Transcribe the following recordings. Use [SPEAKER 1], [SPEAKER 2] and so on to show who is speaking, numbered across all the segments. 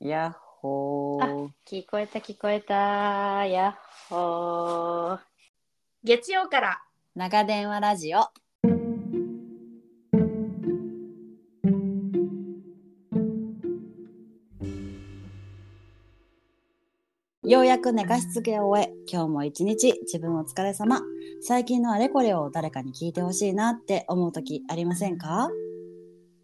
[SPEAKER 1] やっほー。
[SPEAKER 2] 聞こえた聞こえたやっほー
[SPEAKER 3] 月曜から
[SPEAKER 1] 長電話ラジオ。ようやく寝かしつけを終え、今日も一日自分お疲れ様。最近のあれこれを誰かに聞いてほしいなって思う時ありませんか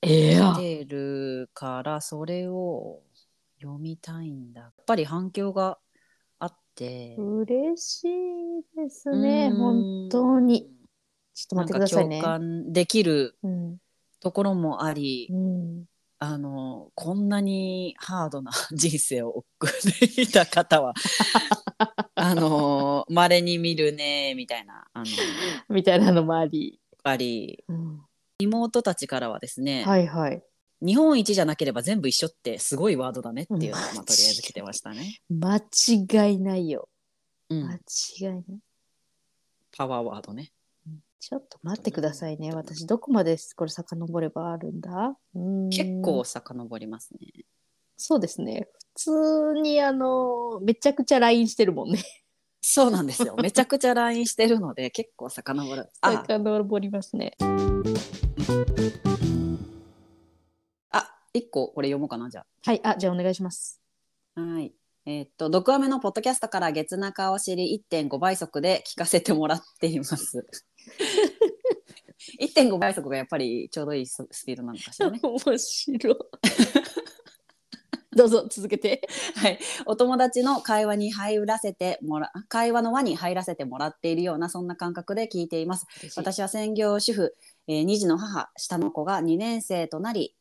[SPEAKER 2] ええや
[SPEAKER 4] 来てるからそれを読みたいんだやっぱり反響があって
[SPEAKER 2] 嬉しいです
[SPEAKER 4] う
[SPEAKER 2] ね
[SPEAKER 4] ん
[SPEAKER 2] 本当にちょっと
[SPEAKER 4] な
[SPEAKER 2] 待
[SPEAKER 4] ん
[SPEAKER 2] って
[SPEAKER 4] か
[SPEAKER 2] ください
[SPEAKER 4] 共
[SPEAKER 2] ね
[SPEAKER 4] 感できる
[SPEAKER 2] うん
[SPEAKER 4] ところもあり、
[SPEAKER 2] うん
[SPEAKER 4] あのこんなにハードな人生を送っていた方 はあの稀に見るねみたいなあのやっ
[SPEAKER 2] みたいなのもあり、
[SPEAKER 4] ぱり
[SPEAKER 2] うん、
[SPEAKER 4] 妹たちからはですね、
[SPEAKER 2] はいはい
[SPEAKER 4] 日本一じゃなければ全部一緒ってすごいワードだねっていうのが、まあ、とりあえず来てましたね。
[SPEAKER 2] 間違いないよ
[SPEAKER 4] うん
[SPEAKER 2] 間違いない
[SPEAKER 4] パワーワードね。
[SPEAKER 2] ちょっと待ってくださいね私どこまでこれ遡ればあるんだうん
[SPEAKER 4] 結構遡りますね。
[SPEAKER 2] そうですね普通にあのめちゃくちゃ LINE してるもんね
[SPEAKER 4] そうなんですよ。 めちゃくちゃ LINE してるので、結構遡る。あ、
[SPEAKER 2] 遡りますね
[SPEAKER 4] あ、一個これ読もうかな、じゃ
[SPEAKER 2] はいあじゃあお願いします
[SPEAKER 4] あ。はい。えーっと、毒アメのポッドキャストから月中を知り1.5倍速で聞かせてもらっています。1.5倍速がやっぱりちょうどいいススピードなのかしらね。
[SPEAKER 2] 面白いどうぞ続けて
[SPEAKER 4] はい、お友達の会話に入らせてもら会話の輪に入らせてもらっているようなそんな感覚で聞いています。私は専業主婦、えー、2児の母下の子が2年生となり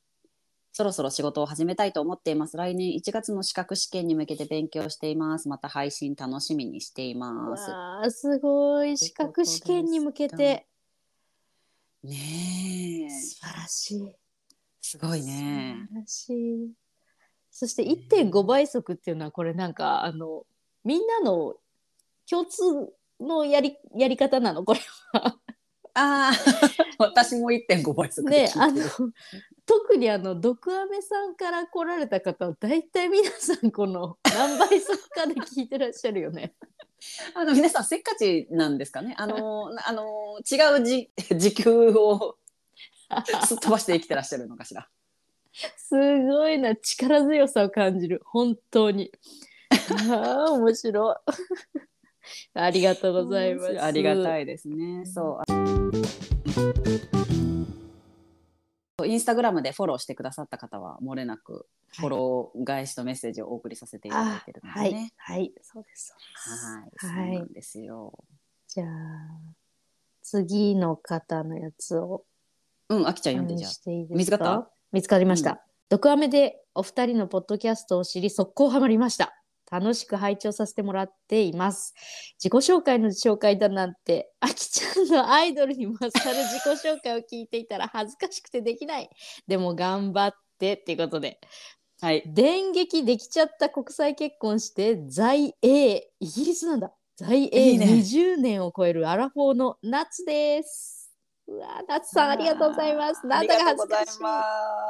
[SPEAKER 4] そろそろ仕事を始めたいと思っています来年1月の資格試験に向けて勉強していますまた配信楽しみにしています
[SPEAKER 2] わあすごい資格試験に向けて
[SPEAKER 4] ねえ
[SPEAKER 2] 素晴らしい
[SPEAKER 4] すごいね
[SPEAKER 2] 素晴らしいそして1.5倍速っていうのはこれなんかあのみんなの共通のやりやり方なのこれ
[SPEAKER 4] あー 私も1.5倍速で
[SPEAKER 2] ねあ
[SPEAKER 4] 聞いて
[SPEAKER 2] の
[SPEAKER 4] る
[SPEAKER 2] 特にあの毒アメさんから来られた方は大体皆さんこの何倍速かで聞いてらっしゃるよね。
[SPEAKER 4] あの皆さんせっかちなんですかねあ のあの違うじ 時給をすっ飛ばして生きてらっしゃるのかしら
[SPEAKER 2] すごいな力強さを感じる本当に。ああ面白い。 ありがとうございます。
[SPEAKER 4] ありがた
[SPEAKER 2] い。
[SPEAKER 4] いですね。そう。インスタグラムでフォローしてくださった方は漏れなくフォロー返しとメッセージをお送りさせていただい
[SPEAKER 2] あ
[SPEAKER 4] てるの
[SPEAKER 2] は
[SPEAKER 4] で
[SPEAKER 2] い
[SPEAKER 4] ね。
[SPEAKER 2] はいそうですそうです。
[SPEAKER 4] はい、そう
[SPEAKER 2] は
[SPEAKER 4] ないんですよ。
[SPEAKER 2] じゃあ次の方のやつを
[SPEAKER 4] うん、あきちゃん読んでじゃあ。
[SPEAKER 2] していいですか
[SPEAKER 4] 見つかった
[SPEAKER 2] 見つかりました、
[SPEAKER 4] うん
[SPEAKER 2] 毒アメでお二人のポッドキャストを知り速攻ハマりました楽しく拝聴させてもらっています自己紹介の紹介だなんてあきちゃんのアイドルに勝る自己紹介を聞いていたら恥ずかしくてできないでも頑張ってっていうことで
[SPEAKER 4] はい。
[SPEAKER 2] 電撃できちゃった国際結婚して在英イギリスなんだ在英
[SPEAKER 4] いいね
[SPEAKER 2] 20年を超えるアラフォーの夏です。うわ夏さんありがとうございます。なんだか恥
[SPEAKER 4] ありがとう
[SPEAKER 2] ずかし
[SPEAKER 4] ございま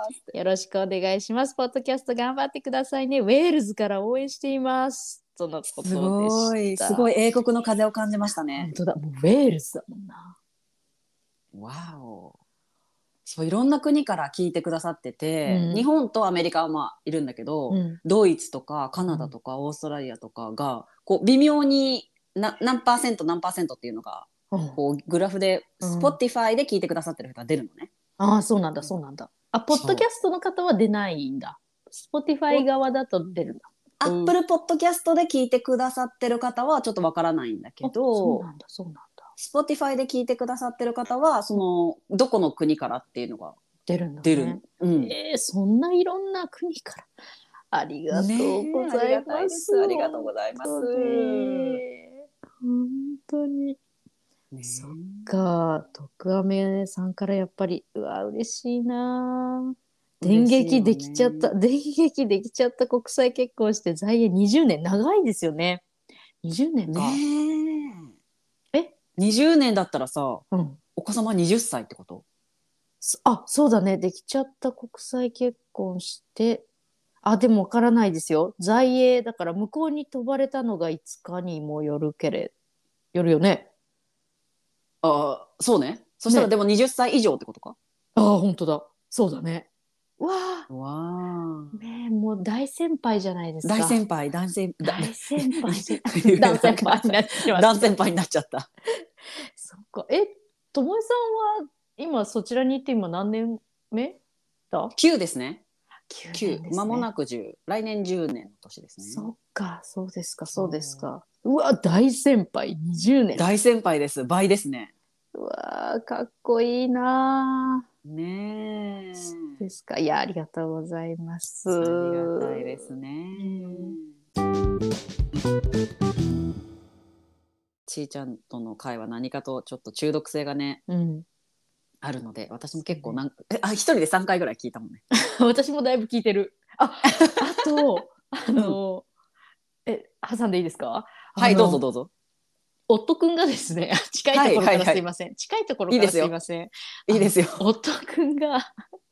[SPEAKER 4] す。
[SPEAKER 2] い。よろしくお願いします。ポッドキャスト頑張ってくださいね。ウェールズから応援しています。とのことでした。
[SPEAKER 4] すごい、すご
[SPEAKER 2] い。
[SPEAKER 4] い英国の風を感じました
[SPEAKER 2] 本
[SPEAKER 4] ね。
[SPEAKER 2] 当だ。もうウェールズだもんな。
[SPEAKER 4] わお。そういろんな国から聞いてくださってて、
[SPEAKER 2] うん
[SPEAKER 4] 日本とアメリカはまあいるんだけど、
[SPEAKER 2] うん。
[SPEAKER 4] ドイツとかカナダとかオーストラリアとかがこう微妙にな何パーセント何パーセントっていうのが
[SPEAKER 2] うん
[SPEAKER 4] こうグラフで
[SPEAKER 2] うん
[SPEAKER 4] Spotify で聞いてくださってる人が出るのね。
[SPEAKER 2] ああ、そうなんだ、そうなんだ。あ、ポッドキャストの方は出ないんだ。Spotify 側だと出るんだ。うん
[SPEAKER 4] Apple Podcast で聞いてくださってる方はちょっとわからないんだけ
[SPEAKER 2] あそう
[SPEAKER 4] ど
[SPEAKER 2] なんだ、そうなんだ。
[SPEAKER 4] Spotify で聞いてくださってる方はそのどこの国からっていうのが
[SPEAKER 2] 出るんだ、ね。
[SPEAKER 4] 出る。うん、
[SPEAKER 2] えーそんないろんな国から。ありがとうございます。
[SPEAKER 4] ありがとうございます。
[SPEAKER 2] 本当に本当に。
[SPEAKER 4] ね
[SPEAKER 2] そっか、徳アメさんからやっぱり、うわ、嬉しいなあ。電撃できちゃった、電撃できちゃった国際結婚して在英20年、長いですよね。20年か。
[SPEAKER 4] ね
[SPEAKER 2] え
[SPEAKER 4] 20年だったらさ
[SPEAKER 2] うん。
[SPEAKER 4] お子様20歳ってこと
[SPEAKER 2] そあ、そうだね。できちゃった国際結婚して、あ、でもわからないですよ。在英、だから向こうに飛ばれたのが5日にもよるけれ、よるよね。
[SPEAKER 4] ああそうねそしたら
[SPEAKER 2] ね
[SPEAKER 4] でも20歳以上ってことか、
[SPEAKER 2] ああ、本当だ。そうだね。わあ。
[SPEAKER 4] わあ
[SPEAKER 2] ねえ、もう大先輩じゃないですか。
[SPEAKER 4] 大先輩大 先大
[SPEAKER 2] 大先輩じゃ
[SPEAKER 4] 大
[SPEAKER 2] 大
[SPEAKER 4] 先
[SPEAKER 2] 先
[SPEAKER 4] 輩
[SPEAKER 2] 輩
[SPEAKER 4] に
[SPEAKER 2] に
[SPEAKER 4] な
[SPEAKER 2] なってます。
[SPEAKER 4] 大先輩になっちゃった
[SPEAKER 2] そっか。え、ともえさんは今そちらに行って今何年目だ
[SPEAKER 4] 9ですね
[SPEAKER 2] ?9
[SPEAKER 4] 9間もなく10来年10年の年ですね
[SPEAKER 2] そっか、そうですか、そうですか。うわ、大先輩20年。
[SPEAKER 4] 大先輩です倍ですね
[SPEAKER 2] うわ、かっこいいなあ
[SPEAKER 4] ねえ
[SPEAKER 2] ですか。いや、ありがとうございます。
[SPEAKER 4] ありがたいですねちーちゃんとの会は何かとちょっと中毒性がね
[SPEAKER 2] うん。
[SPEAKER 4] あるので私も結構なんかえあ一人で3回ぐらい聞いたもんね
[SPEAKER 2] 私もだいぶ聞いてる。あ、あ と、あの、え、挟んでいいですか
[SPEAKER 4] はい
[SPEAKER 2] あの
[SPEAKER 4] どうぞどうぞ
[SPEAKER 2] 夫くんがですね、近いところからすいません。近いところ
[SPEAKER 4] いい
[SPEAKER 2] か
[SPEAKER 4] で
[SPEAKER 2] ら
[SPEAKER 4] す
[SPEAKER 2] す
[SPEAKER 4] よ
[SPEAKER 2] いません。
[SPEAKER 4] いいですよ、
[SPEAKER 2] 夫くんが、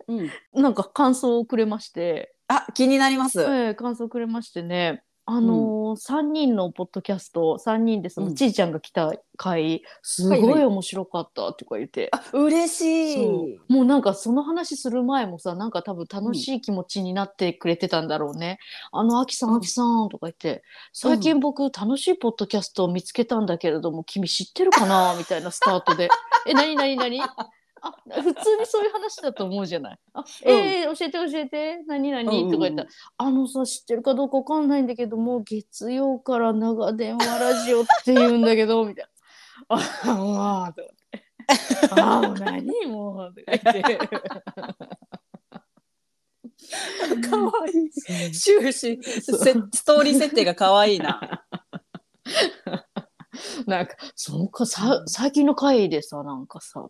[SPEAKER 4] うん、
[SPEAKER 2] なんか感想をくれまして、
[SPEAKER 4] あ気になります、
[SPEAKER 2] ええ感想をくれましてね、あのー、三3人のポッドキャスト、3人でその、
[SPEAKER 4] うん
[SPEAKER 2] ちいちゃんが来た回、す
[SPEAKER 4] はい
[SPEAKER 2] ご
[SPEAKER 4] はい
[SPEAKER 2] い面白かったとか言って、
[SPEAKER 4] 嬉し
[SPEAKER 2] そうもうなんかその話する前もさなんか多分楽しい気持ちになってくれてたんだろうね。あの、あきさん、あきさんとか言って、最近僕楽しいポッドキャストを見つけたんだけれども、君知ってるかなみたいなスター トで。え、なになになにあ、普通にそういう話だと思うじゃない。あ、えー教えて教えて、なになにとか言ったら、あのさ、知ってるかどうかわかんないんだけども、月曜から長電話ラジオって言うんだけど、みたいな。ああ、わあ、と思って。ああ、もう何もう、とか言って。
[SPEAKER 4] かわいい終始せストーリー設定がかわいい な
[SPEAKER 2] なんか、そのか、さ、最近の回でさ、なんかさ、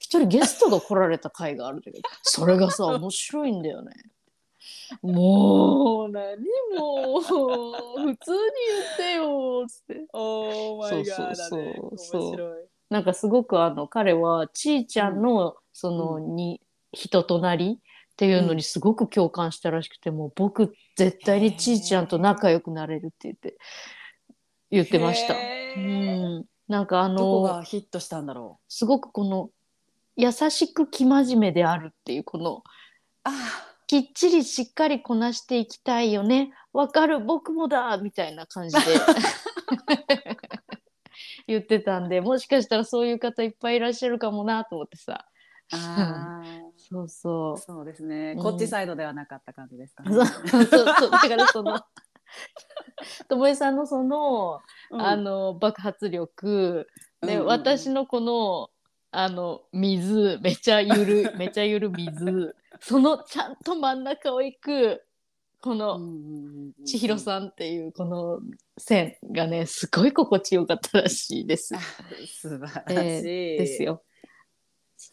[SPEAKER 2] 一人ゲストが来られた回があるんだけど、それがさ、面白いんだよね。もう、何もう、普通に言ってよ、つって。
[SPEAKER 4] お
[SPEAKER 2] ー my god だね面
[SPEAKER 4] 白い
[SPEAKER 2] なんかすごくあの、彼は、ちいちゃんの、その、に、人となりっていうのにすごく共感したらしくて、もう僕、絶対にちいちゃんと仲良くなれるって言って、言ってました。うん。なんかあの、
[SPEAKER 4] どこがヒットしたんだろう
[SPEAKER 2] すごくこの優しく生真面目であるっていうこの
[SPEAKER 4] あ
[SPEAKER 2] きっちりしっかりこなしていきたいよねわかる僕もだみたいな感じで 言ってたんでもしかしたらそういう方いっぱいいらっしゃるかもなと思ってさ
[SPEAKER 4] あ
[SPEAKER 2] そうそ
[SPEAKER 4] ー
[SPEAKER 2] う
[SPEAKER 4] そうですね、
[SPEAKER 2] うん
[SPEAKER 4] こっちサイドではなかった感じですかね
[SPEAKER 2] そうそうそうだから そのともえさんのその、
[SPEAKER 4] うん
[SPEAKER 2] あの爆発力
[SPEAKER 4] うん
[SPEAKER 2] で、
[SPEAKER 4] うんうん
[SPEAKER 2] 私のこのあの水めちゃゆるめちゃゆる水そのちゃんと真ん中を行くこ
[SPEAKER 4] うん
[SPEAKER 2] の
[SPEAKER 4] うんうんうん
[SPEAKER 2] 千尋さんっていうこの線がねすごい心地よかったらしいです
[SPEAKER 4] あ。素晴らしい、
[SPEAKER 2] えですよ。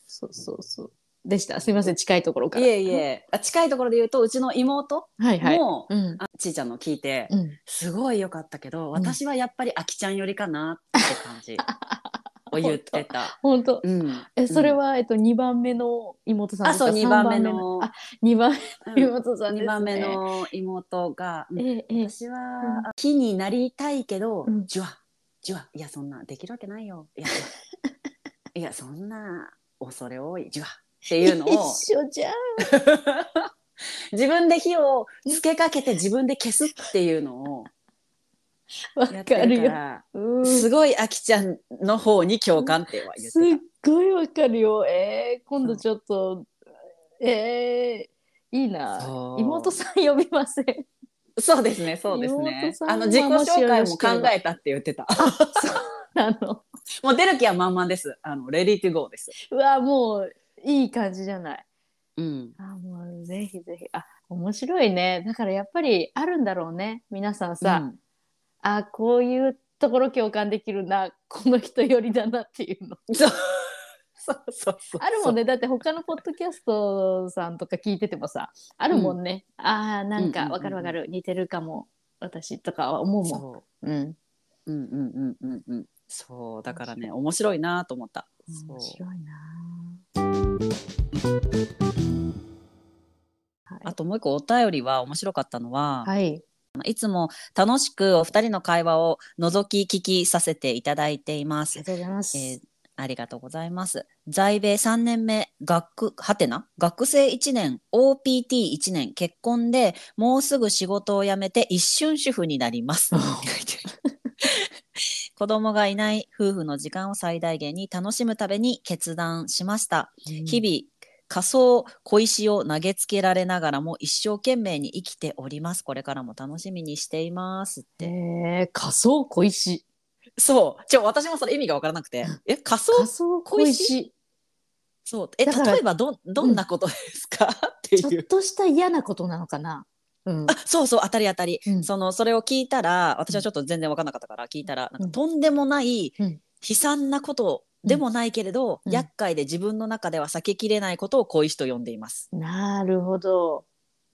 [SPEAKER 2] そうそうそう。でした。すみません近いところか
[SPEAKER 4] い
[SPEAKER 2] ら。
[SPEAKER 4] えいえあ近いところで言うとうちの妹
[SPEAKER 2] はいはい。
[SPEAKER 4] も、
[SPEAKER 2] うん
[SPEAKER 4] あちーちゃんの聞いて、
[SPEAKER 2] うん、
[SPEAKER 4] すごい良かったけど私はやっぱりあきちゃんよりかなって感 じを言ってた。
[SPEAKER 2] 本当
[SPEAKER 4] うん
[SPEAKER 2] えそれ、は、えっと2番目の妹さん
[SPEAKER 4] あ
[SPEAKER 2] ですか
[SPEAKER 4] そう2番目の
[SPEAKER 2] あ2番
[SPEAKER 4] うん
[SPEAKER 2] 目の妹さんで
[SPEAKER 4] 2
[SPEAKER 2] すね
[SPEAKER 4] 番目の妹が、うん
[SPEAKER 2] ええええ
[SPEAKER 4] 私は、木になりたいけど、
[SPEAKER 2] うん
[SPEAKER 4] じゅわじゅわいやそんなできるわけないよいやじゅわ いやそんな恐れ多いじゅわっていう のを
[SPEAKER 2] 一緒じゃん
[SPEAKER 4] 自分で火をつけかけて自分で消すっていうのを
[SPEAKER 2] わ
[SPEAKER 4] や
[SPEAKER 2] か
[SPEAKER 4] ってる
[SPEAKER 2] る
[SPEAKER 4] か
[SPEAKER 2] よ。
[SPEAKER 4] ら
[SPEAKER 2] うん
[SPEAKER 4] すごいあきちゃんの方に共感っては言っ
[SPEAKER 2] すってごいわかるよ。えー、今度ちょっと、えー、いい
[SPEAKER 4] た。
[SPEAKER 2] な。
[SPEAKER 4] そう
[SPEAKER 2] 妹さん呼びません。
[SPEAKER 4] そうですね、そうですね
[SPEAKER 2] 妹。さん
[SPEAKER 4] あの自己
[SPEAKER 2] もし
[SPEAKER 4] 紹介
[SPEAKER 2] よろ
[SPEAKER 4] も
[SPEAKER 2] しければ
[SPEAKER 4] 考えたって言ってた。
[SPEAKER 2] あの、
[SPEAKER 4] もう出る気は満々です。あのレディートゥゴーです。
[SPEAKER 2] うわ、もういい感じじゃない。
[SPEAKER 4] うん、
[SPEAKER 2] あもうぜひぜひあ面白いねだからやっぱりあるんだろうね皆さんさ、
[SPEAKER 4] うん
[SPEAKER 2] あこういうところ共感できるなこの人よりだなってい うの
[SPEAKER 4] そうそうそうそう
[SPEAKER 2] あるもんねだって他のポッドキャストさんとか聞いててもさあるもんね、あーな
[SPEAKER 4] うんうんう
[SPEAKER 2] ん
[SPEAKER 4] んう
[SPEAKER 2] か
[SPEAKER 4] ん
[SPEAKER 2] わかるわかる似てるかも私とかは思うも
[SPEAKER 4] そ
[SPEAKER 2] んうん
[SPEAKER 4] ううんうんうんうんうんそうだからね面白いなと思った
[SPEAKER 2] 面
[SPEAKER 4] そう
[SPEAKER 2] 白いな
[SPEAKER 4] あともう一個お便りは面白かったのは、
[SPEAKER 2] はい
[SPEAKER 4] いつも楽しくお二人の会話を覗き聞きさせていただいていま
[SPEAKER 2] あり
[SPEAKER 4] す
[SPEAKER 2] が。とうございます、
[SPEAKER 4] えーありがとうございます。在米3年目、学、はてな学生1年、OPT1 年、結婚で、もうすぐ仕事を辞めて一瞬主婦になります。 子供がいない夫婦の時間を最大限に楽しむために決断しました。日々仮想小石を投げつけられながらも一生懸命に生きておりますこれからも楽しみにしていますって
[SPEAKER 2] えー仮想小石
[SPEAKER 4] そうちょ私もそれ意味が分からなくてえ仮想
[SPEAKER 2] 仮想小石
[SPEAKER 4] そうえ
[SPEAKER 2] だから
[SPEAKER 4] 例えばどどんなことですか、って
[SPEAKER 2] ちょ
[SPEAKER 4] い
[SPEAKER 2] っ
[SPEAKER 4] う
[SPEAKER 2] とした嫌なことなのかな、うん
[SPEAKER 4] あ、そうそう当たり当たり、
[SPEAKER 2] うん
[SPEAKER 4] そのそれを聞いたら私はちょっと全然分からなかったから聞いたら、
[SPEAKER 2] ん
[SPEAKER 4] なんかとんでもない、
[SPEAKER 2] うん
[SPEAKER 4] 悲惨なことでもないけれど、
[SPEAKER 2] うん
[SPEAKER 4] 厄介で自分の中では避けきれないことを小石と呼んでいます。
[SPEAKER 2] なるほど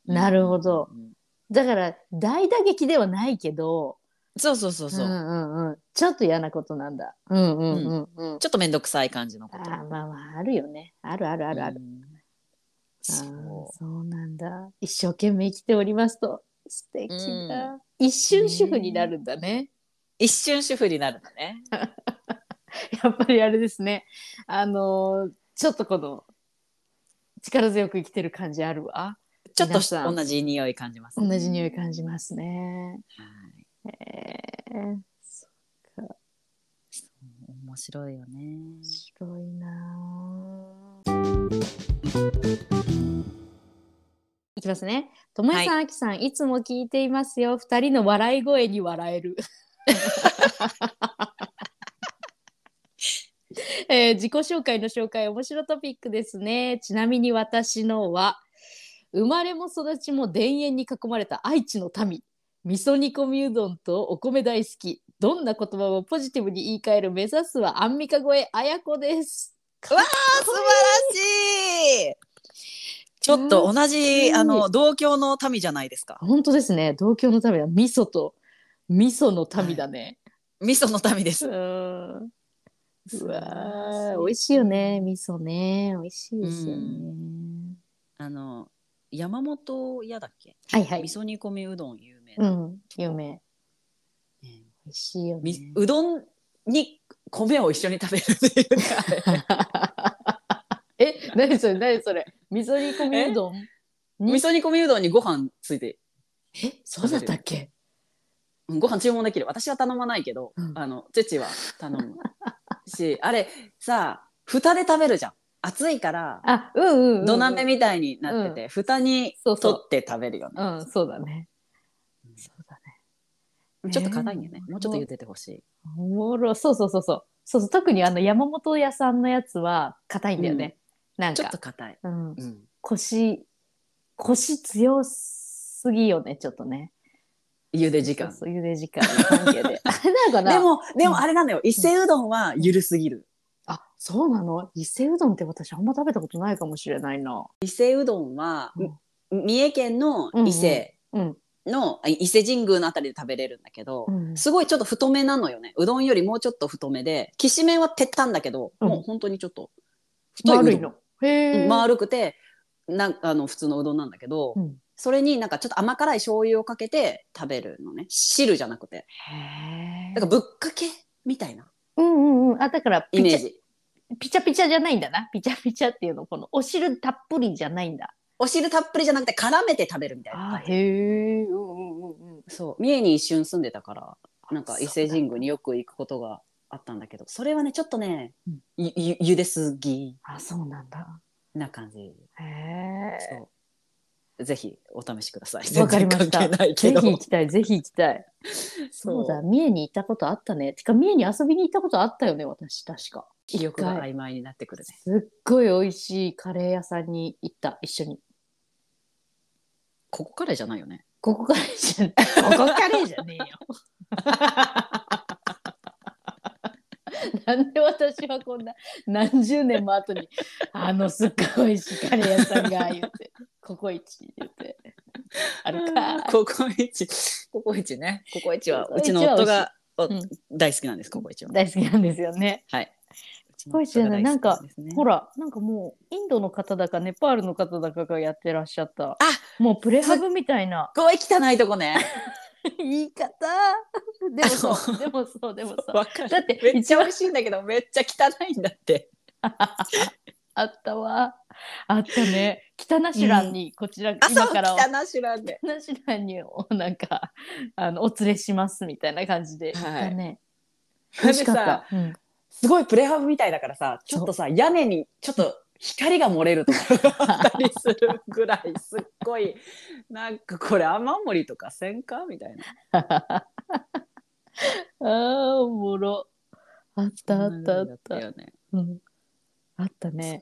[SPEAKER 2] なるほど
[SPEAKER 4] うん。
[SPEAKER 2] だから大打撃ではないけど
[SPEAKER 4] そうそうそうそう。
[SPEAKER 2] んうんうん、ちょっと嫌なことなんだうんうんうんうん、
[SPEAKER 4] ちょっと面倒くさい感じの
[SPEAKER 2] あ
[SPEAKER 4] こと。
[SPEAKER 2] ーまあまああるよねあるあるあるあ
[SPEAKER 4] う
[SPEAKER 2] る、
[SPEAKER 4] ん
[SPEAKER 2] あー
[SPEAKER 4] そ
[SPEAKER 2] そうなんだ一生懸命生きておりますと素敵だ、一瞬主婦になるんだね
[SPEAKER 4] う。一瞬主婦になるのね。
[SPEAKER 2] やっぱりあれですね。あのーちょっとこの力強く生きてる感じあるわ。
[SPEAKER 4] ちょっと
[SPEAKER 2] 皆さん
[SPEAKER 4] 同じ匂い感じます、
[SPEAKER 2] 同じ匂い感じますね。
[SPEAKER 4] はい
[SPEAKER 2] えー、
[SPEAKER 4] 面白いよね。
[SPEAKER 2] 白いなあ。いきますね。ともえさん、あきさん、いつも聞いていますよ。二人の笑い声に笑え る。えー自己紹介の紹介、面白トピックですね。ちなみに私のは、生まれも育ちも田園に囲まれた愛知の民。味噌煮込みうどんとお米大好き。どんな言葉もポジティブに言い換える目指すはアンミカ越え、あやこです。
[SPEAKER 4] あ、素晴らしい。ちょっと同じ、あの同郷の民じゃないですか。
[SPEAKER 2] 本当ですね。同郷の民は味噌と味噌の民だね。
[SPEAKER 4] 味噌の民です。
[SPEAKER 2] うん。うわー
[SPEAKER 4] 美
[SPEAKER 2] 美
[SPEAKER 4] 味
[SPEAKER 2] 味しいよね。味噌ね。美味しいですよね。
[SPEAKER 4] あの山本屋だっけ？
[SPEAKER 2] はいはい。
[SPEAKER 4] 味噌煮込みうどん有名
[SPEAKER 2] う
[SPEAKER 4] な、ね
[SPEAKER 2] ん。有名。美味しいよね。
[SPEAKER 4] みうどんに米を一緒に食べるっていうね あれ
[SPEAKER 2] え、何それ何それ。味噌煮込みうどん
[SPEAKER 4] 味噌煮込みうどんにご飯ついて
[SPEAKER 2] え、そうだったっけ
[SPEAKER 4] うんご飯注文できる私は頼まないけど、
[SPEAKER 2] うん
[SPEAKER 4] あの父は頼むしあれさ蓋で食べるじゃん暑いから
[SPEAKER 2] あ、うんうんうんうん。
[SPEAKER 4] 土鍋みたいになってて、蓋に
[SPEAKER 2] そ
[SPEAKER 4] 取
[SPEAKER 2] うそう
[SPEAKER 4] って食べるよね
[SPEAKER 2] うん、そうだね。そうだね。
[SPEAKER 4] ちょっと硬いんよね、
[SPEAKER 2] えー
[SPEAKER 4] もうちょっと茹でてほしい
[SPEAKER 2] おもろ、そうそうそうそう。そうそう、特にあの山本屋さんのやつは硬いんだよね。なん
[SPEAKER 4] ち
[SPEAKER 2] か。
[SPEAKER 4] ょっと硬い、
[SPEAKER 2] うん。
[SPEAKER 4] うん、
[SPEAKER 2] 腰、腰強すぎよね、ちょっとね。
[SPEAKER 4] 茹で時間
[SPEAKER 2] そうそう、茹で時間の関 係で。あれなのかな
[SPEAKER 4] で、もで
[SPEAKER 2] うん
[SPEAKER 4] もあれなんだよ、伊勢うどんはゆるすぎる
[SPEAKER 2] あ、そうなの伊勢うどんって私あんま食べたことないかもしれないな。
[SPEAKER 4] 伊勢うどんは、三重県の伊勢
[SPEAKER 2] うん。
[SPEAKER 4] の、あ伊勢神宮のあたりで食べれるんだけど、
[SPEAKER 2] うん
[SPEAKER 4] すごいちょっと太めなのよね。うどんよりもうちょっと太めで、きしめんはてったんだけど、
[SPEAKER 2] うん
[SPEAKER 4] もう本当にちょっと太いうどん
[SPEAKER 2] 丸いの。へ
[SPEAKER 4] う
[SPEAKER 2] え。
[SPEAKER 4] ん丸くて、なんあの普通のうどんなんだけど、
[SPEAKER 2] うん
[SPEAKER 4] それになんかちょっと甘辛い醤油をかけて食べるのね。汁じゃなくて。
[SPEAKER 2] へえ。
[SPEAKER 4] だからぶっかけみたいな
[SPEAKER 2] うんうんうん。あ、だから、
[SPEAKER 4] イメー
[SPEAKER 2] ピ
[SPEAKER 4] ジ。
[SPEAKER 2] チャ。ピチャピチャじゃないんだな。ピチャピチャっていうの、このお汁たっぷりじゃないんだ。
[SPEAKER 4] お汁たっぷりじゃなくて絡めて食べるみたいな。
[SPEAKER 2] あへえ。うんうんうんうん。
[SPEAKER 4] そう。三重に一瞬住んでたから、なんか伊勢
[SPEAKER 2] そうだ
[SPEAKER 4] 神宮によく行くことがあったんだけど、それはね、ちょっとね
[SPEAKER 2] うん、
[SPEAKER 4] ゆゆゆですぎ
[SPEAKER 2] あ、そうなんだ。
[SPEAKER 4] な感じ。
[SPEAKER 2] へえ。
[SPEAKER 4] そう。ぜひお試しください。
[SPEAKER 2] わかりまし
[SPEAKER 4] 全然関
[SPEAKER 2] た。
[SPEAKER 4] 係ない
[SPEAKER 2] ぜ
[SPEAKER 4] け
[SPEAKER 2] ひ
[SPEAKER 4] ど。
[SPEAKER 2] 行きたい、ぜひ行きたい。そうだ、三重に行ったことあったね。てか、三重に遊びに行ったことあったよね、私、確か。
[SPEAKER 4] 記憶が曖昧になってくるね。
[SPEAKER 2] すっごい美味しいカレー屋さんに行った、一緒に。
[SPEAKER 4] ここからじゃないよね。
[SPEAKER 2] ここカレーじゃねえ。ここカレーじゃねえよ。なんで私はこんな何十年も後にあのすっごい美味しいカレー屋さんが言ってココイチ言ってあるか
[SPEAKER 4] ココイチ、ココイチね。ココイチはうちの夫がお
[SPEAKER 2] 美味しい
[SPEAKER 4] 大好きなんです。ココイチは。
[SPEAKER 2] 大好きなんですよね
[SPEAKER 4] はい。
[SPEAKER 2] ココイチじゃない
[SPEAKER 4] なんですね
[SPEAKER 2] ほらなんかもうインドの方だかネパールの方だかがやってらっしゃったあ
[SPEAKER 4] あ
[SPEAKER 2] もうプレハブみたいな
[SPEAKER 4] すごい汚いとこね。
[SPEAKER 2] 言い方でも そうでもそうでもそう
[SPEAKER 4] わか
[SPEAKER 2] だ
[SPEAKER 4] る。
[SPEAKER 2] って
[SPEAKER 4] めっちゃ美味しいんだけど、めっちゃ汚いんだって。
[SPEAKER 2] あったわあったね北ナシランにこちら、今から
[SPEAKER 4] あ、そう、汚しらんで。
[SPEAKER 2] 北ナシランにおなんか あのお連れしますみたいな感じで、
[SPEAKER 4] はい
[SPEAKER 2] 行ったね
[SPEAKER 4] 美
[SPEAKER 2] 美
[SPEAKER 4] 味
[SPEAKER 2] 味
[SPEAKER 4] し
[SPEAKER 2] し
[SPEAKER 4] か
[SPEAKER 2] か
[SPEAKER 4] っ
[SPEAKER 2] ったた、うん
[SPEAKER 4] すごいプレハブみたいだからさ、ちょっとさ、屋根にちょっと光が漏れるとか あったりするぐらい、すっごい、なんかこれ雨漏りとかせんかみたいな。
[SPEAKER 2] あ ーおもろあったあったあ
[SPEAKER 4] だ
[SPEAKER 2] っ
[SPEAKER 4] った
[SPEAKER 2] た、
[SPEAKER 4] よね。
[SPEAKER 2] うん、あったね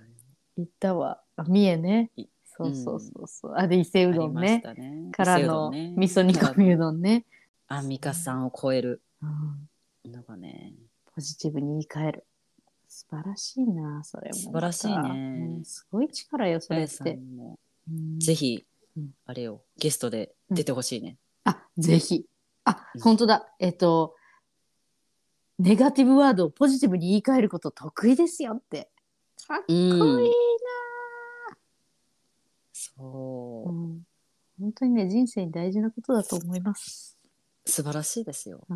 [SPEAKER 2] 行ったわあ三重ね
[SPEAKER 4] い
[SPEAKER 2] そうそうそうそう、あで伊勢うどん
[SPEAKER 4] ありまし
[SPEAKER 2] ね
[SPEAKER 4] たね。
[SPEAKER 2] から
[SPEAKER 4] 味噌うど
[SPEAKER 2] の
[SPEAKER 4] んね
[SPEAKER 2] 味噌煮込みうどんね、
[SPEAKER 4] アンミカさんを超える
[SPEAKER 2] うん、
[SPEAKER 4] のがね。
[SPEAKER 2] ポジティブに言い換える素晴らしいなそれも
[SPEAKER 4] 素晴らしいね
[SPEAKER 2] またうんすごい力よそ
[SPEAKER 4] そ
[SPEAKER 2] れ
[SPEAKER 4] れ
[SPEAKER 2] っ
[SPEAKER 4] さ
[SPEAKER 2] て、
[SPEAKER 4] んも、
[SPEAKER 2] うん
[SPEAKER 4] ぜひ
[SPEAKER 2] うん、
[SPEAKER 4] あれをゲストで出てほしいね。
[SPEAKER 2] あぜひあ
[SPEAKER 4] うん
[SPEAKER 2] 本当だえっとネガティブワードをポジティブに言い換えること得意ですよってかっこ
[SPEAKER 4] う
[SPEAKER 2] いいな、
[SPEAKER 4] ん。
[SPEAKER 2] う
[SPEAKER 4] そ
[SPEAKER 2] ん本当にね人生に大事なことだと思います、
[SPEAKER 4] う。素晴らしいですよ。
[SPEAKER 2] う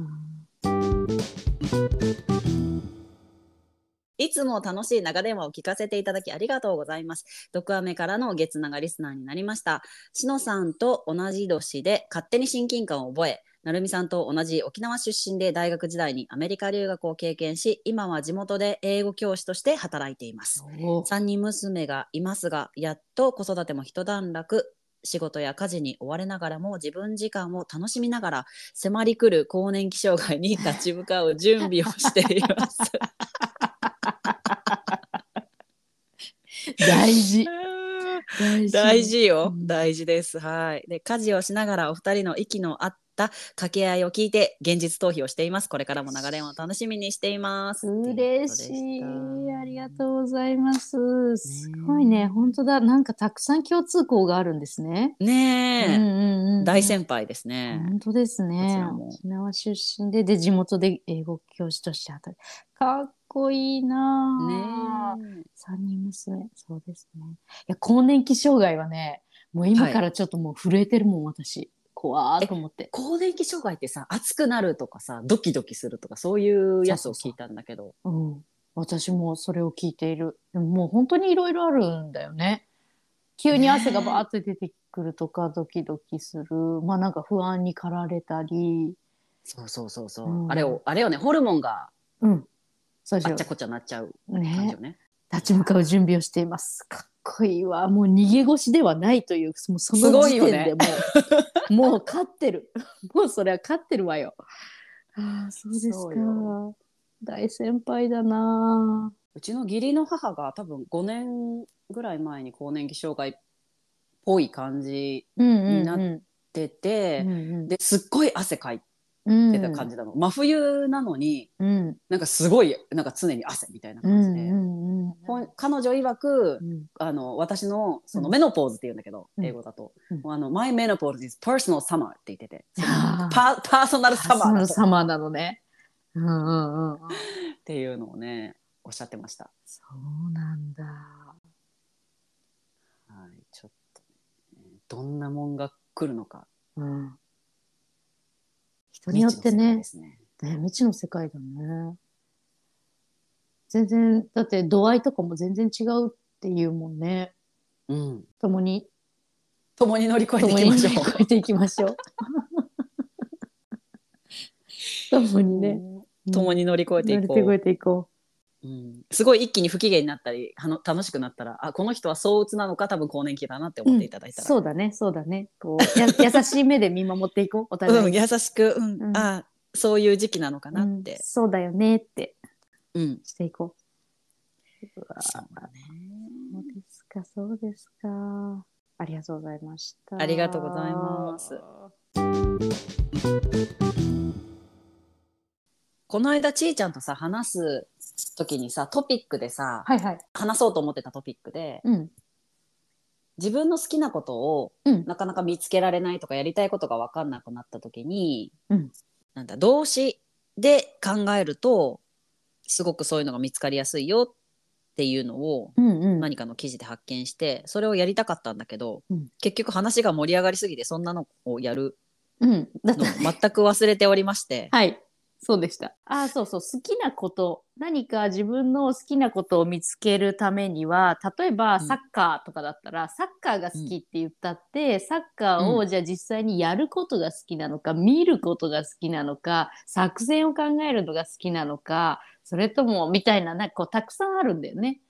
[SPEAKER 2] ん
[SPEAKER 4] いつも楽しい長電話を聞かせていただきありがとうございます。毒アメからの月長リスナーになりました。しのさんと同じ年で勝手に親近感を覚え、なるみさんと同じ沖縄出身で大学時代にアメリカ留学を経験し、今は地元で英語教師として働いています。三人娘がいますが、やっと子育ても一段落。仕事や家事に追われながらも自分時間を楽しみながら迫り来る更年期障害に立ち向かう準備をしています。
[SPEAKER 2] 大事大事
[SPEAKER 4] 大事よ、
[SPEAKER 2] うん
[SPEAKER 4] 大事ですはいで家事をしながらお二人の息の合った掛け合いを聞いて現実逃避をしていますこれからも長電話を楽しみにしています
[SPEAKER 2] 嬉しい。ありがとうございます。すごい
[SPEAKER 4] ね
[SPEAKER 2] ね。本当だ。なんかたくさん共通項があるんですね。
[SPEAKER 4] うねえ、
[SPEAKER 2] うんうんうん、
[SPEAKER 4] 大先輩ですね、
[SPEAKER 2] 本当です
[SPEAKER 4] こち
[SPEAKER 2] ね
[SPEAKER 4] ら。も
[SPEAKER 2] 沖縄出身で、で、地元で英語教師として働く。かっこいいなぁ。
[SPEAKER 4] ねえ
[SPEAKER 2] 三人娘。そうですね。いや、更年期障害はね、もう今からちょっともう震えてるもん、私。怖ーと思って。
[SPEAKER 4] 更年期障害ってさ熱くなるとかさドキドキするとかそういうやつを聞いたんだけど
[SPEAKER 2] うん、私もそれを聞いている。でももう本当にいろいろあるんだよね。急に汗がバーって出てくるとか、ドキドキする。まあなんか不安に駆られたり。
[SPEAKER 4] そうそうそうそう、
[SPEAKER 2] うん
[SPEAKER 4] あれをあれよねホルモンが
[SPEAKER 2] うん。そうで
[SPEAKER 4] あっちゃ
[SPEAKER 2] す
[SPEAKER 4] こっちゃなっちゃう
[SPEAKER 2] よ。
[SPEAKER 4] 感じよ
[SPEAKER 2] ね。
[SPEAKER 4] ね
[SPEAKER 2] 立ち向かう準備をしています。かっこいいわ。もう逃げ腰ではないという、もうそ
[SPEAKER 4] す
[SPEAKER 2] の
[SPEAKER 4] ごい
[SPEAKER 2] 時
[SPEAKER 4] よ
[SPEAKER 2] 点
[SPEAKER 4] ね
[SPEAKER 2] でもう、 もう勝ってる。もうそれは勝ってるわよ。ああ、そうですか
[SPEAKER 4] そうよ。
[SPEAKER 2] 大先輩だなぁ。
[SPEAKER 4] うちの義理の母が多分5年ぐらい前に更年期障害っぽい感じ
[SPEAKER 2] うん
[SPEAKER 4] うんうん出て、ですっごい汗かいてた感じなの、真冬なのに
[SPEAKER 2] うん。
[SPEAKER 4] なんかすごいなんか常に汗みたいな
[SPEAKER 2] うん
[SPEAKER 4] 感じで、
[SPEAKER 2] うんうん
[SPEAKER 4] ほん彼女曰く
[SPEAKER 2] うん
[SPEAKER 4] あの私のそうの
[SPEAKER 2] ん
[SPEAKER 4] メノポーズって言うんだけど、
[SPEAKER 2] うん
[SPEAKER 4] 英語だと、
[SPEAKER 2] うん
[SPEAKER 4] もうあの My menopause is personal summer って言ってて
[SPEAKER 2] あー
[SPEAKER 4] パパーソナルサマーだと
[SPEAKER 2] サマーなのね。うんうんう
[SPEAKER 4] っ
[SPEAKER 2] ん。
[SPEAKER 4] ていうのをねおっしゃってました、
[SPEAKER 2] そうなんだ。
[SPEAKER 4] はい、ちょっとねどんなもんが来るのか
[SPEAKER 2] うん。人によって
[SPEAKER 4] 未知の世界
[SPEAKER 2] ね
[SPEAKER 4] で、すね
[SPEAKER 2] ね未知の世界だね。全然、だって度合いとかも全然違うっていうもんね。
[SPEAKER 4] うん
[SPEAKER 2] 共に、
[SPEAKER 4] 共に乗り越えてい
[SPEAKER 2] 共
[SPEAKER 4] き
[SPEAKER 2] に
[SPEAKER 4] まし
[SPEAKER 2] 乗
[SPEAKER 4] ょう
[SPEAKER 2] り越えていきましょう。共にね。
[SPEAKER 4] うん共に乗り越え ていこ
[SPEAKER 2] 乗り
[SPEAKER 4] う
[SPEAKER 2] 越えていこ
[SPEAKER 4] うんすごい一気に不機嫌になったりあの楽しくなったらあこの人は相うつなのか多分更年期だなって
[SPEAKER 2] う。
[SPEAKER 4] 思っていただいたら、
[SPEAKER 2] そうだね、そうだね。こう、 や優しい目で見守っていこう、お互いに
[SPEAKER 4] うん。優しく、うん
[SPEAKER 2] うん
[SPEAKER 4] あそういう時期なのかなって
[SPEAKER 2] うん、そうだよねって
[SPEAKER 4] うん
[SPEAKER 2] していこそうですか、そうですか。ありがとうございました。
[SPEAKER 4] ありがとうございます。この間ちーちゃんとさ話す時にさトピックでさ
[SPEAKER 2] はいはい。
[SPEAKER 4] 話そうと思ってたトピックで
[SPEAKER 2] うん。
[SPEAKER 4] 自分の好きなことを
[SPEAKER 2] うん。
[SPEAKER 4] なかなか見つけられないとかやりたいことが分かんなくなった時に、
[SPEAKER 2] うん
[SPEAKER 4] なんだ動詞で考えるとすごくそういうのが見つかりやすいよっていうのを
[SPEAKER 2] うんうん。
[SPEAKER 4] 何かの記事で発見してそれをやりたかったんだけど、
[SPEAKER 2] うん
[SPEAKER 4] 結局話が盛り上がりすぎてそんなのをやる
[SPEAKER 2] うん。だ、
[SPEAKER 4] のを全く忘れておりまして
[SPEAKER 2] はい。そうでした。ああ、そうそう。好きなこと。何か自分の好きなことを見つけるためには、例えば
[SPEAKER 4] うん
[SPEAKER 2] サッカーとかだったら、サッカーが好きって言ったって、サッカー
[SPEAKER 4] う
[SPEAKER 2] をじゃあ実際にやることが好きなのか、見ることが好きなのか、作戦を考えるのが好きなのか、それとも、みたいな、なんかこう、たくさんあるんだよね。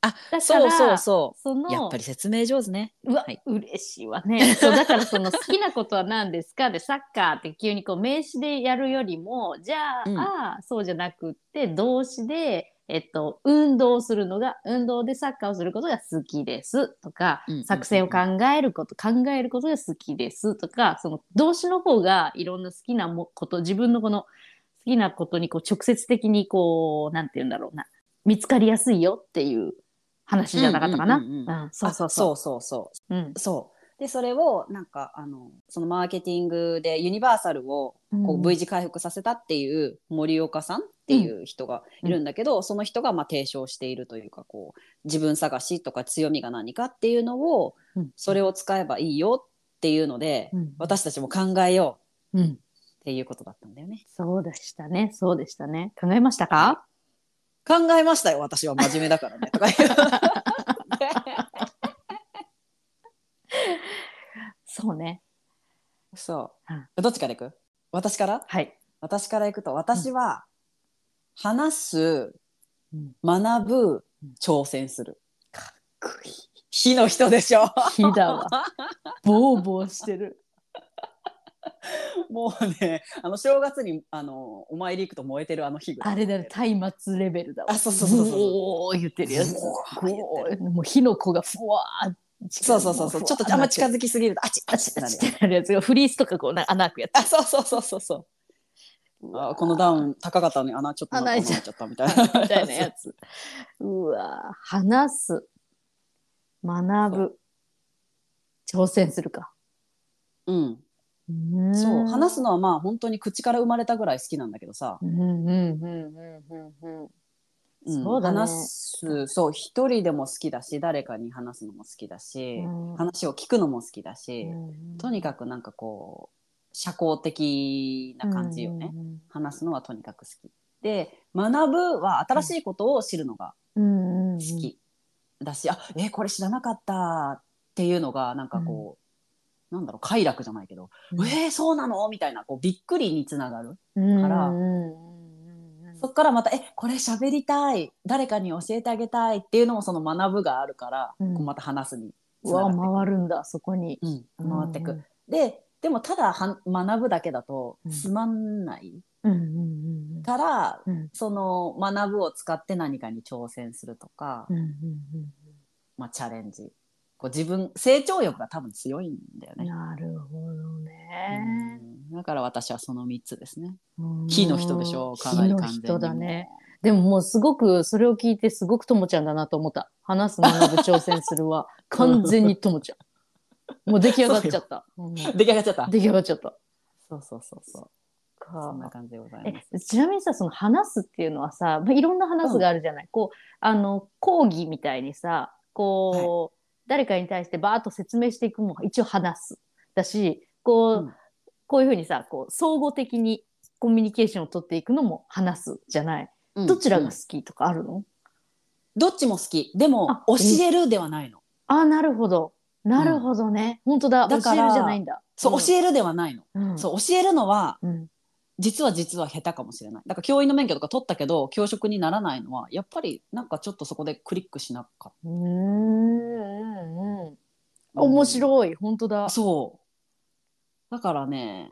[SPEAKER 4] あ、
[SPEAKER 2] だか
[SPEAKER 4] そう
[SPEAKER 2] ら、
[SPEAKER 4] そうそ
[SPEAKER 2] そうの、
[SPEAKER 4] やっぱり説明上手ね
[SPEAKER 2] うわ、
[SPEAKER 4] はい
[SPEAKER 2] 嬉しいわね。そうだからその好きなことは何ですかでサッカーって急にこう名詞でやるよりもじゃあ,、
[SPEAKER 4] うん
[SPEAKER 2] あーそうじゃなくって動詞で、えっと、運動するのが運動でサッカーをすることが好きですとか、
[SPEAKER 4] うんうんうんうん
[SPEAKER 2] 作戦を考えること考えることが好きですとかその動詞の方がいろんな好きなもこと自分のこの好きなことにこう直接的にこうなんて言うんだろうな見つかりやすいよっていう話じゃなかったかな。
[SPEAKER 4] うんうんうんうん
[SPEAKER 2] うんそうそう
[SPEAKER 4] あ
[SPEAKER 2] そ
[SPEAKER 4] そうそうそう
[SPEAKER 2] う。うん
[SPEAKER 4] そう。で、それを、なんか、あの、そのマーケティングでユニバーサルを、こ
[SPEAKER 2] うん
[SPEAKER 4] う、V 字回復させたっていう森岡さんっていう人がいるんだけど、その人が、まあ、提唱しているというか、こう、自分探しとか強みが何かっていうのを、
[SPEAKER 2] うん
[SPEAKER 4] それを使えばいいよっていうので、
[SPEAKER 2] うん
[SPEAKER 4] 私たちも考えよ
[SPEAKER 2] うん、
[SPEAKER 4] うっていうことだったんだよね。
[SPEAKER 2] そうでしたね、そうでしたね。考えましたか？
[SPEAKER 4] 考えましたよ、私は真面目だからね。とか言う
[SPEAKER 2] そうね。
[SPEAKER 4] そう。どっちからいく私から
[SPEAKER 2] はい。
[SPEAKER 4] 私からいくと私は話す、
[SPEAKER 2] うん
[SPEAKER 4] 学ぶ
[SPEAKER 2] うん
[SPEAKER 4] 挑戦する
[SPEAKER 2] くい。
[SPEAKER 4] 火の人でしょ
[SPEAKER 2] 火だわ。ボーボーしてる。
[SPEAKER 4] もうねあの正月にあのお参り行くと燃えてるあの火ぐらい
[SPEAKER 2] あれだね、松明レベルだわ。
[SPEAKER 4] あそうそうそうそう
[SPEAKER 2] おー言ってるやつ。
[SPEAKER 4] ブオー
[SPEAKER 2] こうもう火の粉がふわー。
[SPEAKER 4] そうそうそうそうちょっとあんま近づきすぎるとあちあ
[SPEAKER 2] あ
[SPEAKER 4] ちっ
[SPEAKER 2] ち
[SPEAKER 4] てなるよ
[SPEAKER 2] ってなるやつがフリースとかこうな穴開くやつ。
[SPEAKER 4] あそうそうそうそうそうあこのダウン高かったのに穴ちょっとなんか
[SPEAKER 2] 穴
[SPEAKER 4] 穴
[SPEAKER 2] 開いちゃ
[SPEAKER 4] 開
[SPEAKER 2] う
[SPEAKER 4] いちゃったみたいな
[SPEAKER 2] みたいなやつ。うわー話す。学ぶ。挑戦するか。
[SPEAKER 4] うん
[SPEAKER 2] う
[SPEAKER 4] そう話
[SPEAKER 2] す。
[SPEAKER 4] すのはまあ本当に口から生まれたぐらい好きなんだけどさ、
[SPEAKER 2] うんうんうんうんうんうん。
[SPEAKER 4] うん
[SPEAKER 2] そうだね
[SPEAKER 4] 話すそう一人でも好きだし誰かに話すのも好きだし、
[SPEAKER 2] うん
[SPEAKER 4] 話を聞くのも好きだし、とに
[SPEAKER 2] か
[SPEAKER 4] かくなんかこう社交的な感じよね、
[SPEAKER 2] うん
[SPEAKER 4] 話すのはとにかく好きで学ぶは新しいことを知るのが
[SPEAKER 2] うんうん
[SPEAKER 4] 好きだし、あえこれ知らなかったっていうのがなんかこう、なんだろう快楽じゃないけど、
[SPEAKER 2] うん
[SPEAKER 4] えーそうなのみたいなこうびっくりにつながる
[SPEAKER 2] うん
[SPEAKER 4] から
[SPEAKER 2] うんうんうん
[SPEAKER 4] そっからまた、え、これ喋りたい、誰かに教えてあげたいっていうのもその学ぶがあるから、
[SPEAKER 2] うん
[SPEAKER 4] こうまた話すに
[SPEAKER 2] うわ
[SPEAKER 4] 繋が
[SPEAKER 2] 回るんだそこに
[SPEAKER 4] っていく、うん回ってく。で、でもただは学ぶだけだと
[SPEAKER 2] うん
[SPEAKER 4] つまんない
[SPEAKER 2] うんうんうん
[SPEAKER 4] から、
[SPEAKER 2] うんうん
[SPEAKER 4] その学ぶを使って何かに挑戦するとか、
[SPEAKER 2] うんうん
[SPEAKER 4] まあチャレンジ。こう自分、成長欲が多分強いんだよ
[SPEAKER 2] うん
[SPEAKER 4] ね。
[SPEAKER 2] なるほどね
[SPEAKER 4] うんだから私はその3つですね。
[SPEAKER 2] うん
[SPEAKER 4] 火の人でしょ、かな
[SPEAKER 2] 火
[SPEAKER 4] り
[SPEAKER 2] の
[SPEAKER 4] 完全に。
[SPEAKER 2] 人だね。でももうすごくそれを聞いてすごくともちゃんだなと思った話す学ぶ挑戦するは 完全にともちゃんもう出来上がっちゃったうん
[SPEAKER 4] 出来上がっちゃった。
[SPEAKER 2] 出来上がっちゃった
[SPEAKER 4] そうそうそうそう。そんな感じでございます。
[SPEAKER 2] えちなみにさその話すっていうのはさ、まあ、いろんな話があるじゃない、こうあの講義みたいにさこう、誰かに対してバーッと説明していくも一応話すだしこう、
[SPEAKER 4] うん
[SPEAKER 2] こういうふうにさこう総合的にコミュニケーションを取っていくのも話すじゃない
[SPEAKER 4] うん
[SPEAKER 2] どちらが
[SPEAKER 4] うん
[SPEAKER 2] 好きとかあるの、
[SPEAKER 4] どっちも好き。でも
[SPEAKER 2] あ、
[SPEAKER 4] 教えるではないの。
[SPEAKER 2] あなるほどなるほどね、本当だ
[SPEAKER 4] だから
[SPEAKER 2] 教えるじゃないんだ
[SPEAKER 4] そう、
[SPEAKER 2] ん
[SPEAKER 4] 教えるではないの。
[SPEAKER 2] うん
[SPEAKER 4] そう、教えるのは、
[SPEAKER 2] うん
[SPEAKER 4] 実は実は下手かもしれない。だから教員の免許とか取ったけど、教職にならないのは、やっぱりなんかちょっとそこでクリックしなかっ
[SPEAKER 2] うーんうん
[SPEAKER 4] た。
[SPEAKER 2] 面
[SPEAKER 4] い。
[SPEAKER 2] 白い本当だ
[SPEAKER 4] そう。だからね、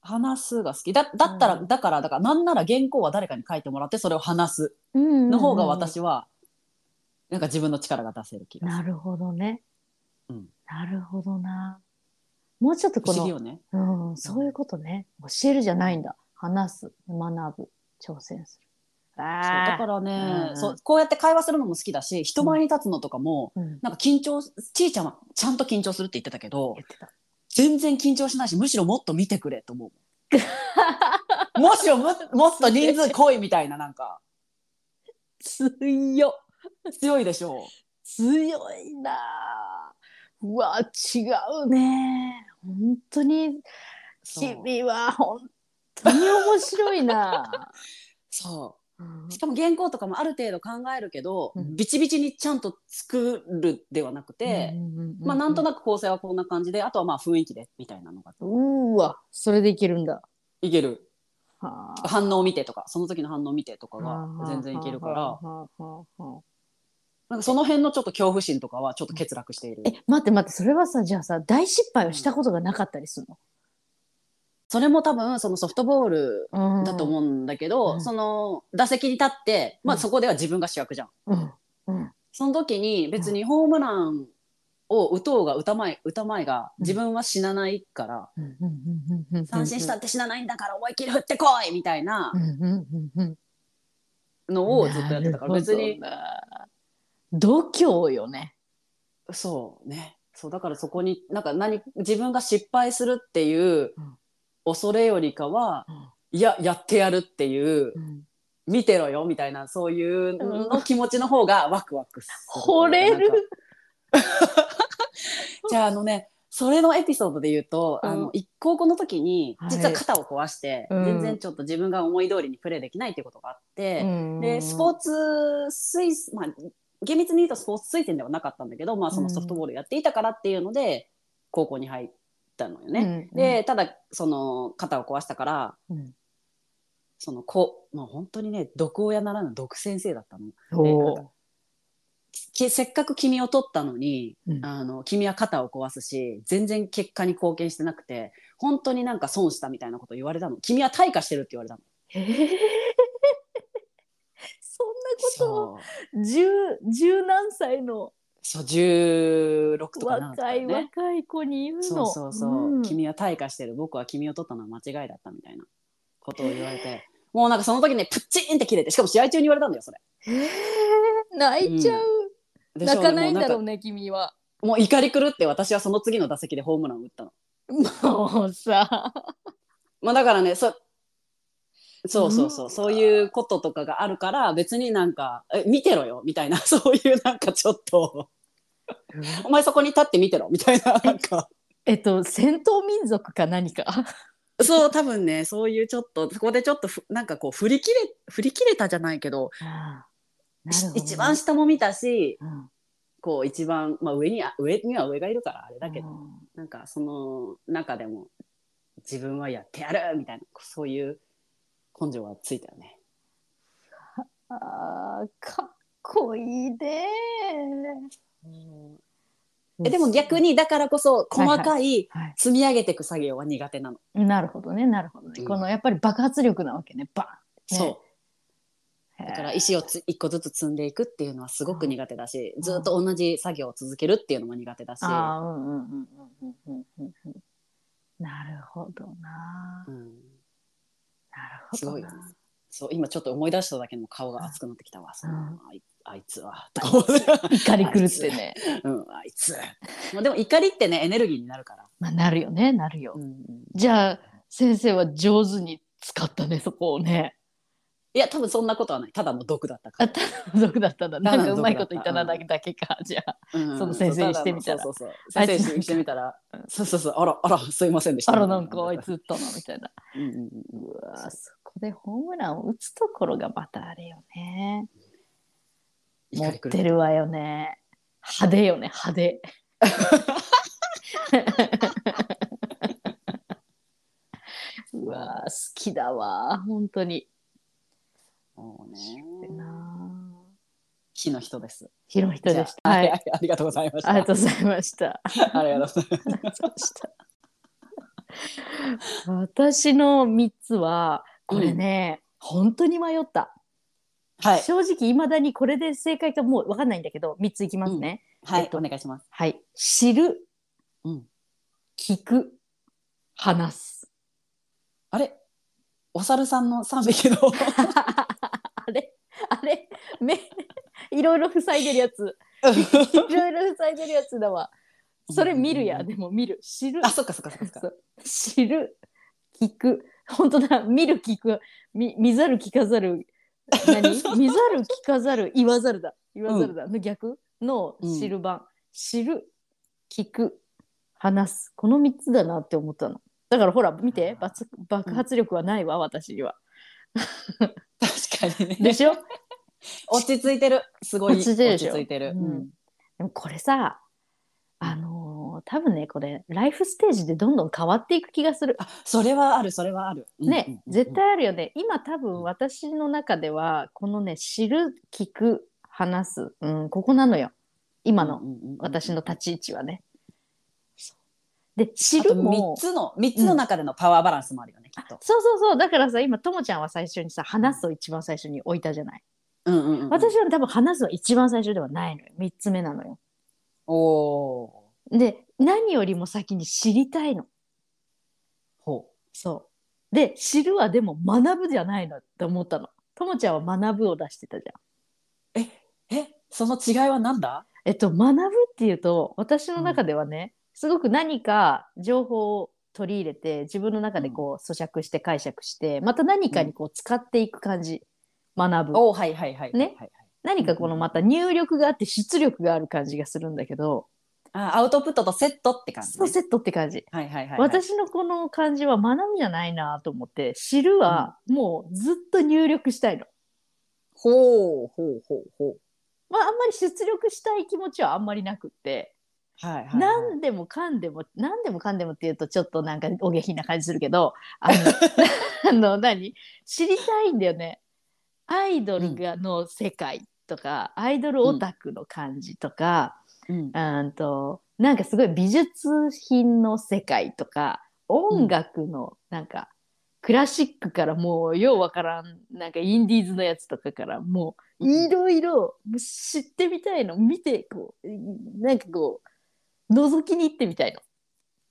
[SPEAKER 4] 話すが好き。だ、だったら、
[SPEAKER 2] うん
[SPEAKER 4] だから、だから、なんなら原稿は誰かに書いてもらって、それを話す
[SPEAKER 2] うんうんうん
[SPEAKER 4] の方が私はなんか自分の力が出せる気がす
[SPEAKER 2] な
[SPEAKER 4] る。
[SPEAKER 2] るほどね、
[SPEAKER 4] うん
[SPEAKER 2] なるほどなもうちょっと
[SPEAKER 4] 不
[SPEAKER 2] こ
[SPEAKER 4] 思
[SPEAKER 2] の
[SPEAKER 4] 議よね。
[SPEAKER 2] うん、そういうことね。教えるじゃないんだ。話す、学ぶ、挑戦する。
[SPEAKER 4] そうだ
[SPEAKER 2] あ
[SPEAKER 4] からね、
[SPEAKER 2] うん
[SPEAKER 4] そうこうやって会話するのも好きだし人前に立つのとかも、
[SPEAKER 2] あ、うん、
[SPEAKER 4] なんか緊張ちいちゃんはちゃんと緊張するって言ってたけど
[SPEAKER 2] 言ってた。
[SPEAKER 4] 全然緊張しないしむしろもっと見てくれと思 うむしろももっと人数来いみたいななんか
[SPEAKER 2] 強
[SPEAKER 4] 強いでしょ
[SPEAKER 2] 強いなあうわ、違うね。本当に、
[SPEAKER 4] そう
[SPEAKER 2] 君は本当に面白いな。
[SPEAKER 4] そう うんしかも原稿とかもある程度考えるけど、
[SPEAKER 2] うん
[SPEAKER 4] ビチビチにちゃんと作るではなくて、まあなんと
[SPEAKER 2] な
[SPEAKER 4] なく構成はこんな感じであとはまあ雰囲気でみたいなのが
[SPEAKER 2] く。うーわ、それでいけるんだ。
[SPEAKER 4] いける
[SPEAKER 2] はあ
[SPEAKER 4] 反応を見てとかその時の反応を見てとかが全然いけるから
[SPEAKER 2] は。あはあはあはあ
[SPEAKER 4] なんかその辺のちょっと恐怖心とかはちょっと欠落している。
[SPEAKER 2] え、待って待って、それはさ、じゃあさ、大失敗をしたことがなかったりする
[SPEAKER 4] それも多分そのソフトボール
[SPEAKER 2] の、
[SPEAKER 4] だと
[SPEAKER 2] う
[SPEAKER 4] 思うんだけど、
[SPEAKER 2] うん
[SPEAKER 4] その打席に立って、まあ
[SPEAKER 2] うん
[SPEAKER 4] そこでは自分が主役じゃん。
[SPEAKER 2] うんうん
[SPEAKER 4] その時に別にホームランを打とうが打たまい、打たまいが自分は死なないから、
[SPEAKER 2] うんうんうんうんうん
[SPEAKER 4] 三振したって死なないんだから思いっきり振ってこいみたいな
[SPEAKER 2] うんうんうんうん
[SPEAKER 4] のをずっとやってたから
[SPEAKER 2] なるほ
[SPEAKER 4] 別
[SPEAKER 2] ど
[SPEAKER 4] に、
[SPEAKER 2] な度胸よね
[SPEAKER 4] そうね。そうだからそこになんか何自分が失敗するっていう
[SPEAKER 2] うん
[SPEAKER 4] 恐れよりかは、
[SPEAKER 2] うん
[SPEAKER 4] いややってやるっていう
[SPEAKER 2] うん
[SPEAKER 4] 見てろよみたいなそういうの気持ちの方がワクワクする。
[SPEAKER 2] 惚れる
[SPEAKER 4] なんかじゃああのねそれのエピソードで言うと、
[SPEAKER 2] うん
[SPEAKER 4] あの一高校の時に
[SPEAKER 2] はい
[SPEAKER 4] 実は肩を壊して、
[SPEAKER 2] うん
[SPEAKER 4] 全然ちょっと自分が思い通りにプレーできないっていうことがあって、でスポ
[SPEAKER 2] ー
[SPEAKER 4] ーツ推薦まあ厳密に言うとスポーツ推薦ではなかったんだけど、まあ、そのソフトボールやっていたからっていうので高校に入ったのよね。
[SPEAKER 2] ね
[SPEAKER 4] でただその肩を壊したから
[SPEAKER 2] うん
[SPEAKER 4] その子、まあ、本当にね毒親ならぬ毒先生だったの
[SPEAKER 2] おー
[SPEAKER 4] きせっかく君を取ったのに、
[SPEAKER 2] うん
[SPEAKER 4] あの君は肩を壊すし全然結果に貢献してなくて本当になんか損したみたいなこと言われたの君は退化してるって言われたの
[SPEAKER 2] へー そんなことを
[SPEAKER 4] う
[SPEAKER 2] 十十何歳の
[SPEAKER 4] そう16とかなんだ
[SPEAKER 2] 若い
[SPEAKER 4] よね
[SPEAKER 2] 若い子に言うの
[SPEAKER 4] そうそうそう、
[SPEAKER 2] ん
[SPEAKER 4] 君は退化してる僕は君を取ったのは間違いだったみたいなことを言われてもうなんかその時ねプッチンって切れてしかも試合中に言われたんだよそれ
[SPEAKER 2] へー泣いちゃう
[SPEAKER 4] でしょ
[SPEAKER 2] 泣かないんだろ
[SPEAKER 4] も
[SPEAKER 2] う
[SPEAKER 4] う
[SPEAKER 2] ね君は
[SPEAKER 4] もう怒り狂って私はその次の打席でホームランを打ったの
[SPEAKER 2] もうさ
[SPEAKER 4] まあだからね、そそうそうそうう、
[SPEAKER 2] ん
[SPEAKER 4] そういうこととかがあるから、別になんか、え、見てろよ、みたいな、 そういうなんかちょっと、お前そこに立って見てろ、みたいな、なんか。
[SPEAKER 2] えっと戦闘民族か何か
[SPEAKER 4] そう、多分ね、そういうちょっと、そこでちょっとふ、なんかこう、振り切れ、振り切れたじゃないけど、
[SPEAKER 2] ああ
[SPEAKER 4] し一番、下も見たし、
[SPEAKER 2] なるほどね
[SPEAKER 4] こう、一番、まあ上には、上には上がいるから、あれだけど、
[SPEAKER 2] うん
[SPEAKER 4] なんかその中でも、自分はやってやるみたいな、そういう根性はついたよね。
[SPEAKER 2] ああかっこいいで
[SPEAKER 4] えでも逆
[SPEAKER 2] に、
[SPEAKER 4] にだからこそ細
[SPEAKER 2] はい
[SPEAKER 4] かい
[SPEAKER 2] はい、
[SPEAKER 4] 積み上げていく作業は苦手なの。
[SPEAKER 2] なるほどねなるほどね、
[SPEAKER 4] うん
[SPEAKER 2] このやっぱり爆発力なわけねバン
[SPEAKER 4] そうだから石をつ一個ずつ積んでいくっていうのはすごく苦手だし、ずっと同じ作業を続けるっていうのも苦手だし、
[SPEAKER 2] ああうんうんうんうんうんうんうんなるほどな
[SPEAKER 4] うん、
[SPEAKER 2] なるほどな
[SPEAKER 4] すごいよねそう今ちょっと思い出しただけでも顔が熱くなってきたわ、そのあいあいつはとか思って
[SPEAKER 2] 怒り狂ってね
[SPEAKER 4] うんあいつまあでも怒りってねエネルギーになるから、
[SPEAKER 2] まあなるよねなるよ、
[SPEAKER 4] うん
[SPEAKER 2] じゃあ先生は上手に使ったねそこをね
[SPEAKER 4] いや多分そんなことはないただの毒だったか
[SPEAKER 2] あ
[SPEAKER 4] ら、
[SPEAKER 2] ただの毒だったんだな
[SPEAKER 4] た
[SPEAKER 2] ん
[SPEAKER 4] だ
[SPEAKER 2] か
[SPEAKER 4] の
[SPEAKER 2] う
[SPEAKER 4] 毒
[SPEAKER 2] まいこと言ったな
[SPEAKER 4] だ
[SPEAKER 2] だ
[SPEAKER 4] った
[SPEAKER 2] けかじゃあ
[SPEAKER 4] うん
[SPEAKER 2] その先生にしてみたら
[SPEAKER 4] そうそうそう
[SPEAKER 2] あいつ
[SPEAKER 4] 先生にしてみたらそうそうそうあらあらすいませんでした
[SPEAKER 2] あらなんかあいつ打ったなみたいな
[SPEAKER 4] うんうんうんうん
[SPEAKER 2] うわそこでホームランを打つところがまたあれよね持
[SPEAKER 4] 怒
[SPEAKER 2] っ
[SPEAKER 4] り狂
[SPEAKER 2] てるわよね派手よね派手うわ好きだわ本当に
[SPEAKER 4] もうね
[SPEAKER 2] なあ
[SPEAKER 4] 火の人です。
[SPEAKER 2] 広い人でし
[SPEAKER 4] じゃ
[SPEAKER 2] た
[SPEAKER 4] あ
[SPEAKER 2] は
[SPEAKER 4] はいい、 ありがとうございました。
[SPEAKER 2] ありがとうございました
[SPEAKER 4] ありがとうございます。
[SPEAKER 2] 私の3つはこれね、本当に迷った
[SPEAKER 4] はい。
[SPEAKER 2] 正直いまだにこれで正解かもう分かんないんだけど3ついきますね、
[SPEAKER 4] はい、
[SPEAKER 2] えっと
[SPEAKER 4] お願いします。
[SPEAKER 2] はい知る、
[SPEAKER 4] うん
[SPEAKER 2] 聞く 話す
[SPEAKER 4] あれお猿さんの3匹 の。
[SPEAKER 2] あれあれめいろいろ塞いでるやついろいろ塞いでるやつだわそれ見るやでも見る知る
[SPEAKER 4] あ、そっかそっかそっかそっか。
[SPEAKER 2] そう知る聞く本当だ見る聞く見見ざる聞かざる何見ざる聞かざる言わざるだ言わざるだ、の逆の
[SPEAKER 4] うん
[SPEAKER 2] 知る版、知る聞く話すこの3つだなって思ったのだからほら見て爆爆発力はないわ、私には
[SPEAKER 4] 確かに
[SPEAKER 2] で
[SPEAKER 4] ね。
[SPEAKER 2] しょ
[SPEAKER 4] 落ち着いてる。すごい
[SPEAKER 2] 落
[SPEAKER 4] 落ち
[SPEAKER 2] ち着いてるでしょ
[SPEAKER 4] 着いてる。
[SPEAKER 2] うんでもこれさあのー多分ねこれライフステージでどんどん変わっていく気がする
[SPEAKER 4] あ、それはある、それはある。うん
[SPEAKER 2] ね、絶。対あるよね。今多分私の中では、このね、知る、聞く、話す、うん、ここなのよ。今の、私の立ち位置はね。そうで、知る
[SPEAKER 4] 3
[SPEAKER 2] も、
[SPEAKER 4] つの、三つの中でのパワーバランスもあるよね、きっと。
[SPEAKER 2] そうそうそう、だからさ、今、ともちゃんは最初にさ、話すを一番最初に置いたじゃない。
[SPEAKER 4] うんうんうん、
[SPEAKER 2] 私は多分話すは一番最初ではないのよ。三つ目なのよ。
[SPEAKER 4] おー
[SPEAKER 2] で、何よりも先に知りたいの。
[SPEAKER 4] ほ
[SPEAKER 2] そう。で、知るはでも学ぶじゃないのって思ったの。ともちゃんは学ぶを出してたじゃん。
[SPEAKER 4] うえその違いはなんだ
[SPEAKER 2] えっと、学ぶっていうと私の中ではね、すごく何か情報を取り入れて自分の中でこう咀嚼して解釈してまた何かにこう使っていく感じ、学ぶ
[SPEAKER 4] おーはいはいはい
[SPEAKER 2] ね
[SPEAKER 4] はい
[SPEAKER 2] 何かこのまた入力があって出力がある感じがするんだけど、
[SPEAKER 4] はい、あアウトプットとセットって感じ、
[SPEAKER 2] そう
[SPEAKER 4] ね、
[SPEAKER 2] セットって感じ、
[SPEAKER 4] はいはいはい、
[SPEAKER 2] 私のこの感じは学ぶじゃないなと思って知るはもうずっと入力したいの、
[SPEAKER 4] ほうほうほうほう
[SPEAKER 2] まあ、あんまり出力したい気持ちはあんまりなくって、
[SPEAKER 4] はいはい、はい、
[SPEAKER 2] 何でもかんでも何でもかんでもっていうとちょっとなんかお下品な感じするけ どあのあの 何知りたいんだよねアイドルがの世界とか、アイドルオタクの感じとか、
[SPEAKER 4] うん
[SPEAKER 2] うん、となんかすごい美術品の世界とか音楽のなんか、クラシックからもうようわからんなんかインディーズのやつとかからもういろいろもう知ってみたいの見てこうなんかこう覗きに行ってみたいの。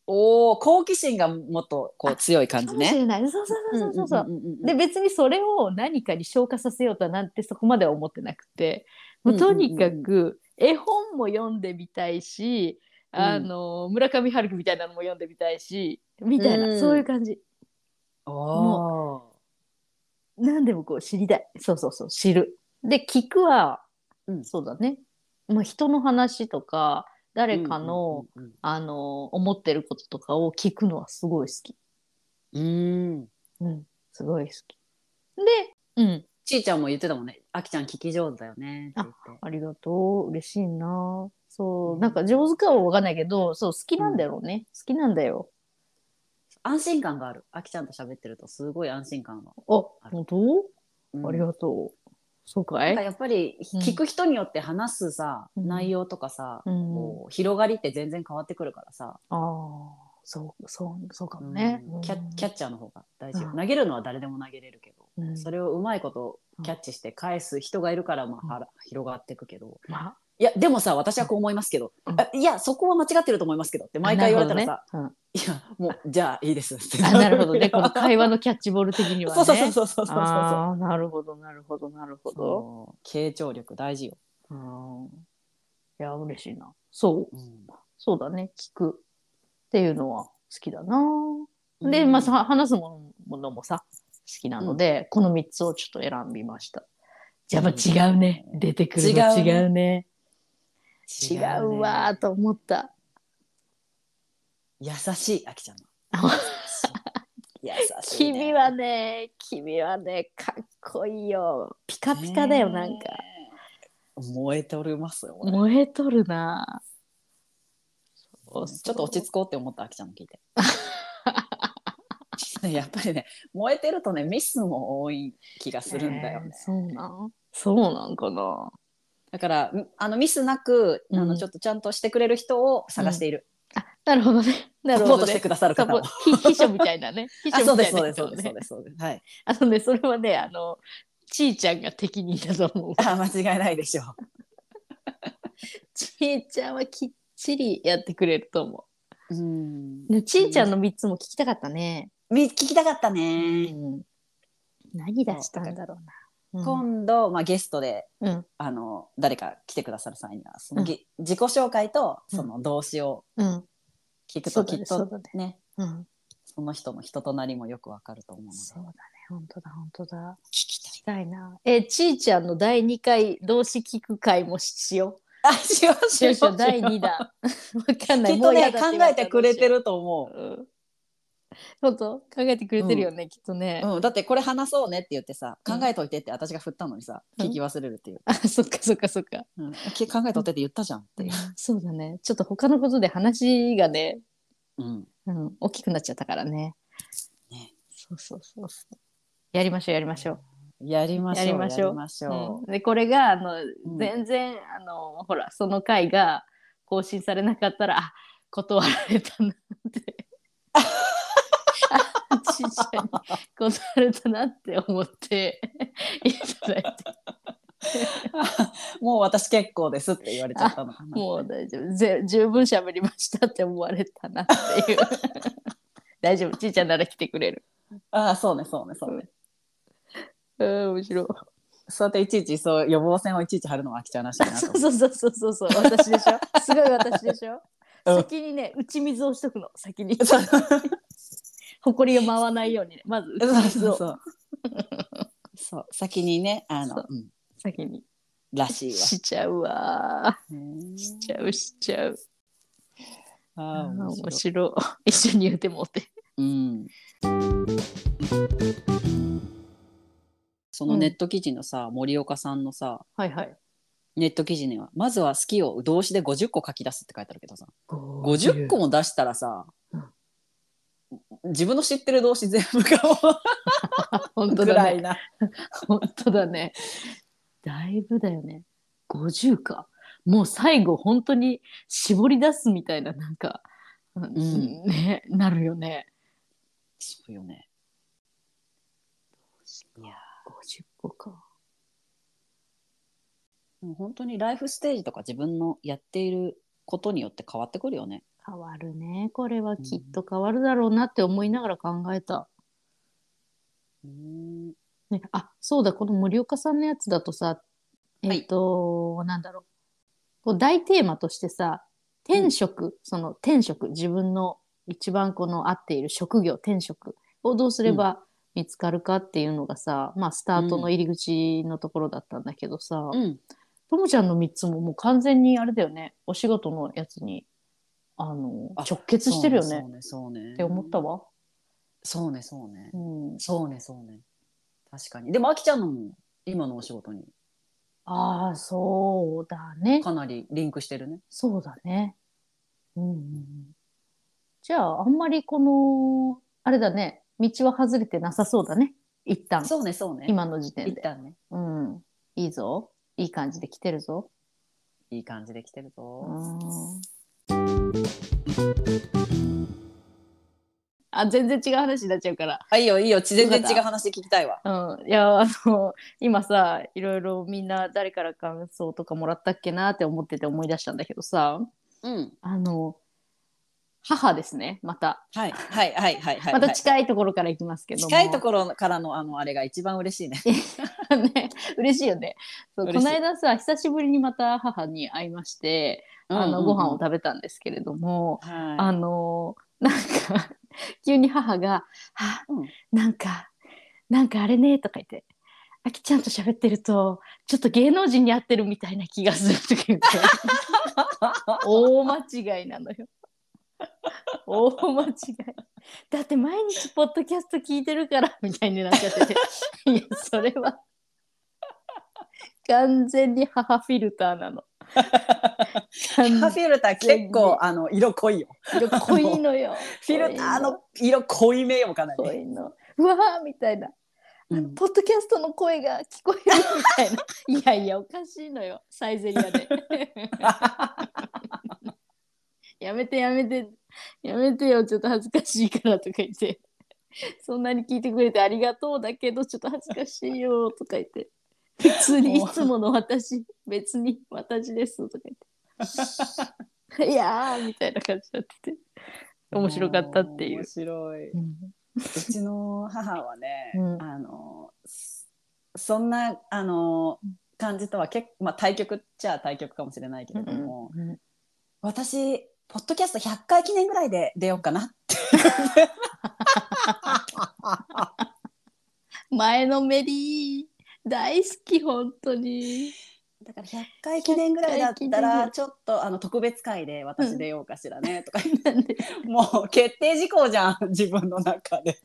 [SPEAKER 4] おお好奇心がもっとこう強い感じ
[SPEAKER 2] かもし
[SPEAKER 4] ね。
[SPEAKER 2] れないそうそうそうそうそう,、
[SPEAKER 4] んんんん
[SPEAKER 2] で別にそれを何かに消化させようとはなんてそこまでは思ってなくてもうとにか
[SPEAKER 4] うんうん
[SPEAKER 2] く絵本も読んでみたいし、
[SPEAKER 4] うん
[SPEAKER 2] あの村上春樹みたいなのも読んでみたいしみたいな、
[SPEAKER 4] うん
[SPEAKER 2] そういう感じ
[SPEAKER 4] お
[SPEAKER 2] 何でもこう知りたいそうそうそう知るで聞くは、
[SPEAKER 4] うん
[SPEAKER 2] そうだね、まあ、人の話とか誰かの、
[SPEAKER 4] うんうん
[SPEAKER 2] あの思ってることとかを聞くのはすごい好き。
[SPEAKER 4] うんうん
[SPEAKER 2] うん、すごい好き。で、うん、
[SPEAKER 4] ちーちゃんも言ってたもんね。あきちゃん聞き上手だよねって言って。
[SPEAKER 2] ありがとう、嬉しいな。そう、なんか上手かはわかんないけど、そう、好きなんだろうね。好きなんだよ。
[SPEAKER 4] 安心感がある。あきちゃんと喋ってるとすごい安心感が。
[SPEAKER 2] あ、
[SPEAKER 4] あ
[SPEAKER 2] 本当、
[SPEAKER 4] うん
[SPEAKER 2] ありがとう。そうか
[SPEAKER 4] なんか
[SPEAKER 2] い
[SPEAKER 4] やっぱり
[SPEAKER 2] うん
[SPEAKER 4] 聞く人によって話すさ、
[SPEAKER 2] うん
[SPEAKER 4] 内容とかさ、
[SPEAKER 2] うん。あ
[SPEAKER 4] こう広がりって全然変わってくるからさ、
[SPEAKER 2] あー、そう、そう、そうかもね。
[SPEAKER 4] うんキャッキャッチャーの方が大事、
[SPEAKER 2] うん
[SPEAKER 4] 投げるのは誰でも投げれるけど、
[SPEAKER 2] うん
[SPEAKER 4] それをうまいことキャッチして返す人がいるから、まあ、はら広がっていくけど、
[SPEAKER 2] まあ、
[SPEAKER 4] いや、でもさ、私はこう思いますけど、
[SPEAKER 2] うん
[SPEAKER 4] あいや、そこは間違ってると思いますけどって毎回言われたらさ、
[SPEAKER 2] なる
[SPEAKER 4] いや、もう、じゃあいいですって。
[SPEAKER 2] ほどね。うんあなるほどね。この会話のキャッチボール的には
[SPEAKER 4] そ
[SPEAKER 2] ね。
[SPEAKER 4] うそうそうそうそうそうそう。
[SPEAKER 2] ああ、なるほど、なるほど、なるほど。
[SPEAKER 4] そう傾聴力大事よ。
[SPEAKER 2] うんいや、嬉しいな。そう、
[SPEAKER 4] うん
[SPEAKER 2] そうだね。聞くっていうのは好きだな。で、まあ、さ、話すものものもさ、好きなので、この3つをちょっと選びました。やっぱ違うね。出てくるの
[SPEAKER 4] 違うね
[SPEAKER 2] 違うね。違
[SPEAKER 4] 違うね
[SPEAKER 2] うわーと思った。
[SPEAKER 4] 優しい、あきちゃんの。優しいね。
[SPEAKER 2] 君はね、君はね、かっこいいよ。ピカピカだよ、なんか。
[SPEAKER 4] ねえ。燃えておりますよ。俺
[SPEAKER 2] 燃えとるな。
[SPEAKER 4] ちょっと落ち着こうって思った、あきちゃんの聞いて。 やっぱりね、燃えてるとね、ミスも多い気がするんだよね。
[SPEAKER 2] えーそうなんそうなんかな。
[SPEAKER 4] だから、んあのミスなく、あ
[SPEAKER 2] うん
[SPEAKER 4] のちょっとちゃんとしてくれる人を探している。
[SPEAKER 2] あ、なるほどね。な
[SPEAKER 4] サ
[SPEAKER 2] る
[SPEAKER 4] ポ
[SPEAKER 2] ほ
[SPEAKER 4] ート
[SPEAKER 2] ど
[SPEAKER 4] して
[SPEAKER 2] ね。
[SPEAKER 4] くださる
[SPEAKER 2] サ
[SPEAKER 4] 方
[SPEAKER 2] ポ
[SPEAKER 4] を。
[SPEAKER 2] ひ秘書みたいなね。秘
[SPEAKER 4] あ、そ
[SPEAKER 2] 書
[SPEAKER 4] う
[SPEAKER 2] み
[SPEAKER 4] で
[SPEAKER 2] た
[SPEAKER 4] す、
[SPEAKER 2] い
[SPEAKER 4] そう
[SPEAKER 2] な
[SPEAKER 4] です、
[SPEAKER 2] 人
[SPEAKER 4] そう
[SPEAKER 2] を
[SPEAKER 4] です、そうです、そ
[SPEAKER 2] ね。
[SPEAKER 4] うです。はい。
[SPEAKER 2] あのね、それはね、あの、ちーちゃんが適任だと 思う。
[SPEAKER 4] あ間違いないでしょう。
[SPEAKER 2] ちーちゃんはきっちりやってくれると思
[SPEAKER 4] うん
[SPEAKER 2] う。。ねちーちゃんの3つも聞きたかったね。
[SPEAKER 4] み聞きたかった
[SPEAKER 2] う
[SPEAKER 4] ね。
[SPEAKER 2] ん、何出したんだろうな。うん
[SPEAKER 4] 今度、まあ、ゲストで
[SPEAKER 2] うん
[SPEAKER 4] あの誰か来てくださる際にはその、ぎ自己紹介とその動詞を
[SPEAKER 2] うん
[SPEAKER 4] 聞く
[SPEAKER 2] そ
[SPEAKER 4] とき
[SPEAKER 2] うだね
[SPEAKER 4] っ
[SPEAKER 2] そう
[SPEAKER 4] と
[SPEAKER 2] だね
[SPEAKER 4] ね
[SPEAKER 2] うん
[SPEAKER 4] その人の人となりもよくわかると思うので
[SPEAKER 2] そうだね、本当だ、本当だ。
[SPEAKER 4] 聞きたい
[SPEAKER 2] し。たいな。え、ちーちゃんの第2回、動詞聞く回もししよ
[SPEAKER 4] あしよう
[SPEAKER 2] う。しようしよう、第
[SPEAKER 4] しよう
[SPEAKER 2] 2弾。わかんな
[SPEAKER 4] き
[SPEAKER 2] い。
[SPEAKER 4] っ
[SPEAKER 2] も
[SPEAKER 4] と
[SPEAKER 2] う
[SPEAKER 4] ね
[SPEAKER 2] や
[SPEAKER 4] 考
[SPEAKER 2] だって言わ
[SPEAKER 4] え
[SPEAKER 2] れた
[SPEAKER 4] て
[SPEAKER 2] ら
[SPEAKER 4] くれて
[SPEAKER 2] どうしよ
[SPEAKER 4] ると思
[SPEAKER 2] う。うん本当考えてくれてるよね、きっとね。
[SPEAKER 4] う、うん、だってこれ話そうねって言ってさ
[SPEAKER 2] う
[SPEAKER 4] 考
[SPEAKER 2] ん
[SPEAKER 4] えといてって私が振ったのにさ、
[SPEAKER 2] うん
[SPEAKER 4] 聞き忘れるっていう、
[SPEAKER 2] あ、そっかそっかそっか。
[SPEAKER 4] うん、き考えといてって言ったじゃんっていう、
[SPEAKER 2] そうだね。ちょっと他のことで話がね、
[SPEAKER 4] うん、
[SPEAKER 2] うん、大きくなっちゃったからね。
[SPEAKER 4] ね
[SPEAKER 2] そうそうそうそう。やりましょうやりましょ
[SPEAKER 4] やりましょう
[SPEAKER 2] やりましょう
[SPEAKER 4] やりまし
[SPEAKER 2] う。
[SPEAKER 4] ょ
[SPEAKER 2] うんでこれがあの、
[SPEAKER 4] ん
[SPEAKER 2] 全然あのほらその回が更新されなかったらあ断られたなって。 あちっちゃいに断られたなって思っていただいて
[SPEAKER 4] う もう私結構ですって言われちゃったのかな
[SPEAKER 2] もう大丈夫ぜ十分喋りましたって思われたなっていう 大丈夫ちいちゃんなら来てくれる
[SPEAKER 4] ああそうねそうねそうね、
[SPEAKER 2] うん面白い
[SPEAKER 4] そうやっていちいちそう予防線をいちいち張るのは飽きちゃうなしいなと思って
[SPEAKER 2] そうそうそうそうそう私でしょすごい私でしょ、
[SPEAKER 4] うん
[SPEAKER 2] 先にね打ち水をしとくの先に
[SPEAKER 4] そう
[SPEAKER 2] ほこりが回わないようにねまず打ち水
[SPEAKER 4] そう
[SPEAKER 2] を
[SPEAKER 4] そうそう先にねあの
[SPEAKER 2] そう
[SPEAKER 4] うん
[SPEAKER 2] 先に
[SPEAKER 4] らしいわ
[SPEAKER 2] しちゃうわ
[SPEAKER 4] ね
[SPEAKER 2] しちゃうしちゃう
[SPEAKER 4] ああ
[SPEAKER 2] 面白
[SPEAKER 4] 面
[SPEAKER 2] い
[SPEAKER 4] 白い
[SPEAKER 2] 一緒に言うてもうて
[SPEAKER 4] うんそのネット記事のさ、森岡さんのさ
[SPEAKER 2] はいはい
[SPEAKER 4] ネット記事にはまずは好きを動詞で50個書き出すって書いてあるけどさ50個も出したらさ、自分の知ってる動詞全部か
[SPEAKER 2] 本
[SPEAKER 4] も
[SPEAKER 2] 当
[SPEAKER 4] ぐ
[SPEAKER 2] だ
[SPEAKER 4] ら
[SPEAKER 2] ね
[SPEAKER 4] いな、
[SPEAKER 2] 本当だね。だいぶだよね。50か。もう最後本当に絞り出すみたいななんか、うんね、なるよね。
[SPEAKER 4] そうよねいや
[SPEAKER 2] 50個か。
[SPEAKER 4] もう本当にライフステージとか自分のやっていることによって変わってくるよね
[SPEAKER 2] 変わるね。これはきっと変わるだろうなって思いながら考えた。
[SPEAKER 4] うん
[SPEAKER 2] ね、あそうだこの森岡さんのやつだとさえっ、と、なんだろうこう大テーマとしてさ転職、その転職自分の一番この合っている職業転職をどうすれば見つかるかっていうのがさ、まあスタートの入り口のところだったんだけどさ、
[SPEAKER 4] うん
[SPEAKER 2] ともちゃんの3つももう完全にあれだよねお仕事のやつにあの
[SPEAKER 4] あ
[SPEAKER 2] 直結してるよ
[SPEAKER 4] そ
[SPEAKER 2] ね
[SPEAKER 4] うねそうねそうね
[SPEAKER 2] って思ったわ。
[SPEAKER 4] そうねそうね
[SPEAKER 2] うん、
[SPEAKER 4] そうねそうね確かにでもあきちゃんのも今のお仕事に
[SPEAKER 2] ああそうだね。
[SPEAKER 4] かなりリンクしてるね
[SPEAKER 2] そうだね。うんうんうん。じゃあ、あんまりこの、あれだね、道は外れてなさそうだね。一旦、
[SPEAKER 4] そうねそうね
[SPEAKER 2] 今の時点
[SPEAKER 4] 一
[SPEAKER 2] で。
[SPEAKER 4] 旦ね
[SPEAKER 2] うん。いいぞ。いい感じで来てるぞ。
[SPEAKER 4] いい感じで来てる
[SPEAKER 2] う
[SPEAKER 4] ぞ、
[SPEAKER 2] ん。あ、全然違う話になっちゃうから。
[SPEAKER 4] あいいよいいよ全然
[SPEAKER 2] よかっ
[SPEAKER 4] 違う
[SPEAKER 2] た
[SPEAKER 4] 話聞きたいわ
[SPEAKER 2] うん、いやあの今さいろいろみんな誰から感想とかもらったっけなって思ってて思い出したんだけどさ
[SPEAKER 4] うん
[SPEAKER 2] あの母ですねまた
[SPEAKER 4] はいはいはいはいはい、
[SPEAKER 2] また
[SPEAKER 4] い
[SPEAKER 2] 近いところから行きますけども
[SPEAKER 4] 近いところからのあのあれが一番嬉しいね
[SPEAKER 2] ろ ね嬉しいよねそうこ
[SPEAKER 4] 嬉しい
[SPEAKER 2] の間さ久しぶりにまた母に会いましてあのご飯を食べたんですけれども、
[SPEAKER 4] べ、はい、
[SPEAKER 2] あのなんか急に母が「あ
[SPEAKER 4] うん
[SPEAKER 2] なんかなんかあれね」とか言って「あきちゃんと喋ってるとちょっと芸能人に会ってるみたいな気がする」とか言って 大間違いなのよ。大間違いだって毎日ポッドキャスト聞いてるからみたいになっちゃ ってていやそれは完全に母フィルタ ーなの。
[SPEAKER 4] ハフィルター結構あの色濃いよ
[SPEAKER 2] 色濃いのよ。
[SPEAKER 4] フィルターの色濃いめよかな
[SPEAKER 2] 濃
[SPEAKER 4] り、
[SPEAKER 2] いの。うわーみたいな。
[SPEAKER 4] うん
[SPEAKER 2] ポッドキャストの声が聞こえるみたいな。い やいや、おかしいのよ、サイゼリアで。やめてやめて、やめてよ、ちょっと恥ずかしいからとか言って。そんなに聞いてくれてありがとうだけどちょっと恥ずかしいよとか言って別にいつもの私別に私ですとか 言っていやーみたいな感じになってて面白かったってい
[SPEAKER 4] 面
[SPEAKER 2] う。
[SPEAKER 4] 白い。う
[SPEAKER 2] うん
[SPEAKER 4] ちの母はね、
[SPEAKER 2] うん
[SPEAKER 4] あのそそんなあの感じとは結まあ対局っちゃ対局かもしれないけれども、
[SPEAKER 2] うん
[SPEAKER 4] 私ポッドキャスト100回記念ぐらいで出ようかなって。
[SPEAKER 2] 前のメリー大好き本当に。
[SPEAKER 4] だから100回記念ぐらいだった
[SPEAKER 2] 100回記
[SPEAKER 4] ら
[SPEAKER 2] 念
[SPEAKER 4] ちょっとあの特別会で私出ようかしらねとか 言って
[SPEAKER 2] なんで
[SPEAKER 4] もう決定事項じゃん自分の中 で。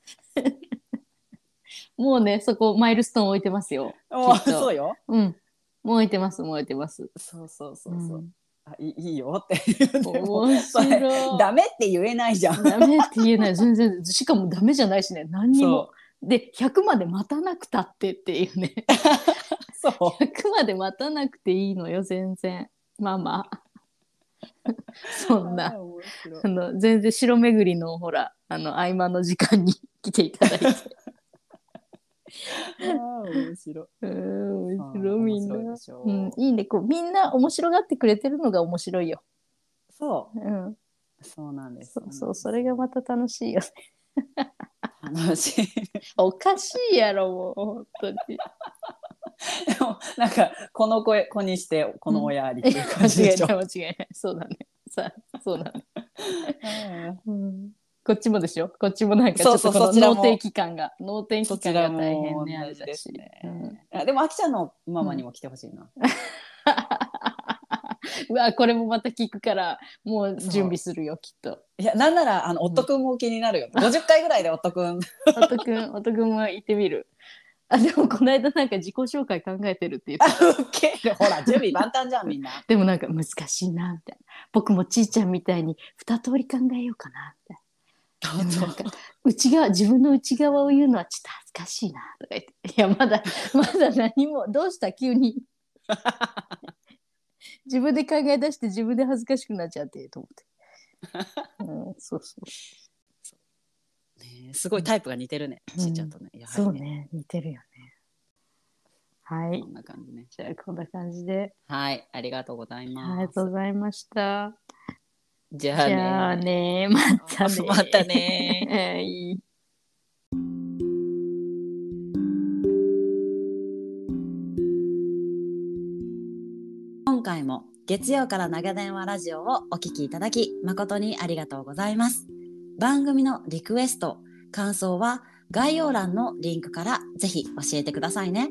[SPEAKER 2] もうねそこマイルストーン置いてますよ。
[SPEAKER 4] もう
[SPEAKER 2] きっと
[SPEAKER 4] そうよ。
[SPEAKER 2] うん。もう置いてますもう置いてます。
[SPEAKER 4] そうそうそうそう。
[SPEAKER 2] ん
[SPEAKER 4] あいいいいよって言っても
[SPEAKER 2] 面
[SPEAKER 4] そ れ
[SPEAKER 2] 白い。
[SPEAKER 4] ダメって言えないじゃん。
[SPEAKER 2] ダメって言えない全然しかもダメじゃないしね何にも
[SPEAKER 4] そ
[SPEAKER 2] で100まで待たなくたってっていうね
[SPEAKER 4] うそ
[SPEAKER 2] 100まで待たなくていいのよ全然まあまあ
[SPEAKER 4] う。
[SPEAKER 2] そんな
[SPEAKER 4] あー面白い
[SPEAKER 2] あの全然城巡りのほらあの合間の時間に来ていただい て
[SPEAKER 4] あー面白い。
[SPEAKER 2] うん
[SPEAKER 4] あー
[SPEAKER 2] 面白いみ
[SPEAKER 4] 面
[SPEAKER 2] ん
[SPEAKER 4] 白い
[SPEAKER 2] な
[SPEAKER 4] で。しょ
[SPEAKER 2] うん、いいねこうみんな面白がってくれてるのが面白いよ。
[SPEAKER 4] そ
[SPEAKER 2] うん、
[SPEAKER 4] うそうなんです。
[SPEAKER 2] そうそうそれがまた楽しいよね。
[SPEAKER 4] 楽しい。
[SPEAKER 2] おかしいやろもう本当に。
[SPEAKER 4] でもなんかこの子子にしてこの親ありっていう
[SPEAKER 2] 間
[SPEAKER 4] 感じで
[SPEAKER 2] 違い
[SPEAKER 4] しょ
[SPEAKER 2] な。い間違いないそうだねさあそうだね、
[SPEAKER 4] うん
[SPEAKER 2] こっちもでしょこっちもなんかちょ
[SPEAKER 4] そう
[SPEAKER 2] っ
[SPEAKER 4] そう
[SPEAKER 2] とこ
[SPEAKER 4] そちら
[SPEAKER 2] の
[SPEAKER 4] も
[SPEAKER 2] 脳天期間が脳天
[SPEAKER 4] そ
[SPEAKER 2] 期
[SPEAKER 4] ち
[SPEAKER 2] 間
[SPEAKER 4] ら
[SPEAKER 2] が
[SPEAKER 4] も
[SPEAKER 2] 大変ねあ
[SPEAKER 4] 同
[SPEAKER 2] れ
[SPEAKER 4] じ
[SPEAKER 2] だ
[SPEAKER 4] です
[SPEAKER 2] し、
[SPEAKER 4] ね
[SPEAKER 2] うん
[SPEAKER 4] あでもあきちゃんのママにも来てほしいな。
[SPEAKER 2] うわこれもまた聞くからもう準備するよきっと
[SPEAKER 4] いやなんならあの夫くんも気になるよ。50回ぐらいで夫くん。
[SPEAKER 2] おとくんおとくんも行ってみるあでもこの間なんか自己紹介考えてるっていう
[SPEAKER 4] 受 ける。ほら準備万端じゃんみんな。
[SPEAKER 2] でもなんか難しいなみたいな僕もちいちゃんみたいに二通り考えようかなみたいなでもなんか内側自分の内側を言うのはちょっと恥ずかしいなとか言って「いや まだまだ何もどうした急に」自分で考え出して自分で恥ずかしくなっちゃってと思って、うん、そうそう
[SPEAKER 4] ねすごいタイプが似てるね。
[SPEAKER 2] うん
[SPEAKER 4] しーちゃんとね。やはり
[SPEAKER 2] そう。ね似てるよねはい
[SPEAKER 4] こんな感じね。
[SPEAKER 2] じゃあこんな感じで
[SPEAKER 4] はい、ありがとうござい
[SPEAKER 2] あ
[SPEAKER 4] ま
[SPEAKER 2] りが
[SPEAKER 4] す。
[SPEAKER 2] とうございました
[SPEAKER 4] じ
[SPEAKER 2] じゃ
[SPEAKER 4] ゃ
[SPEAKER 2] あ
[SPEAKER 4] あね。
[SPEAKER 2] ねまたね
[SPEAKER 4] またね
[SPEAKER 2] はい
[SPEAKER 4] 今回も月曜から長電話ラジオをお聞きいただき誠にありがとうございます。番組のリクエスト、感想は概要欄のリンクからぜひ教えてくださいね。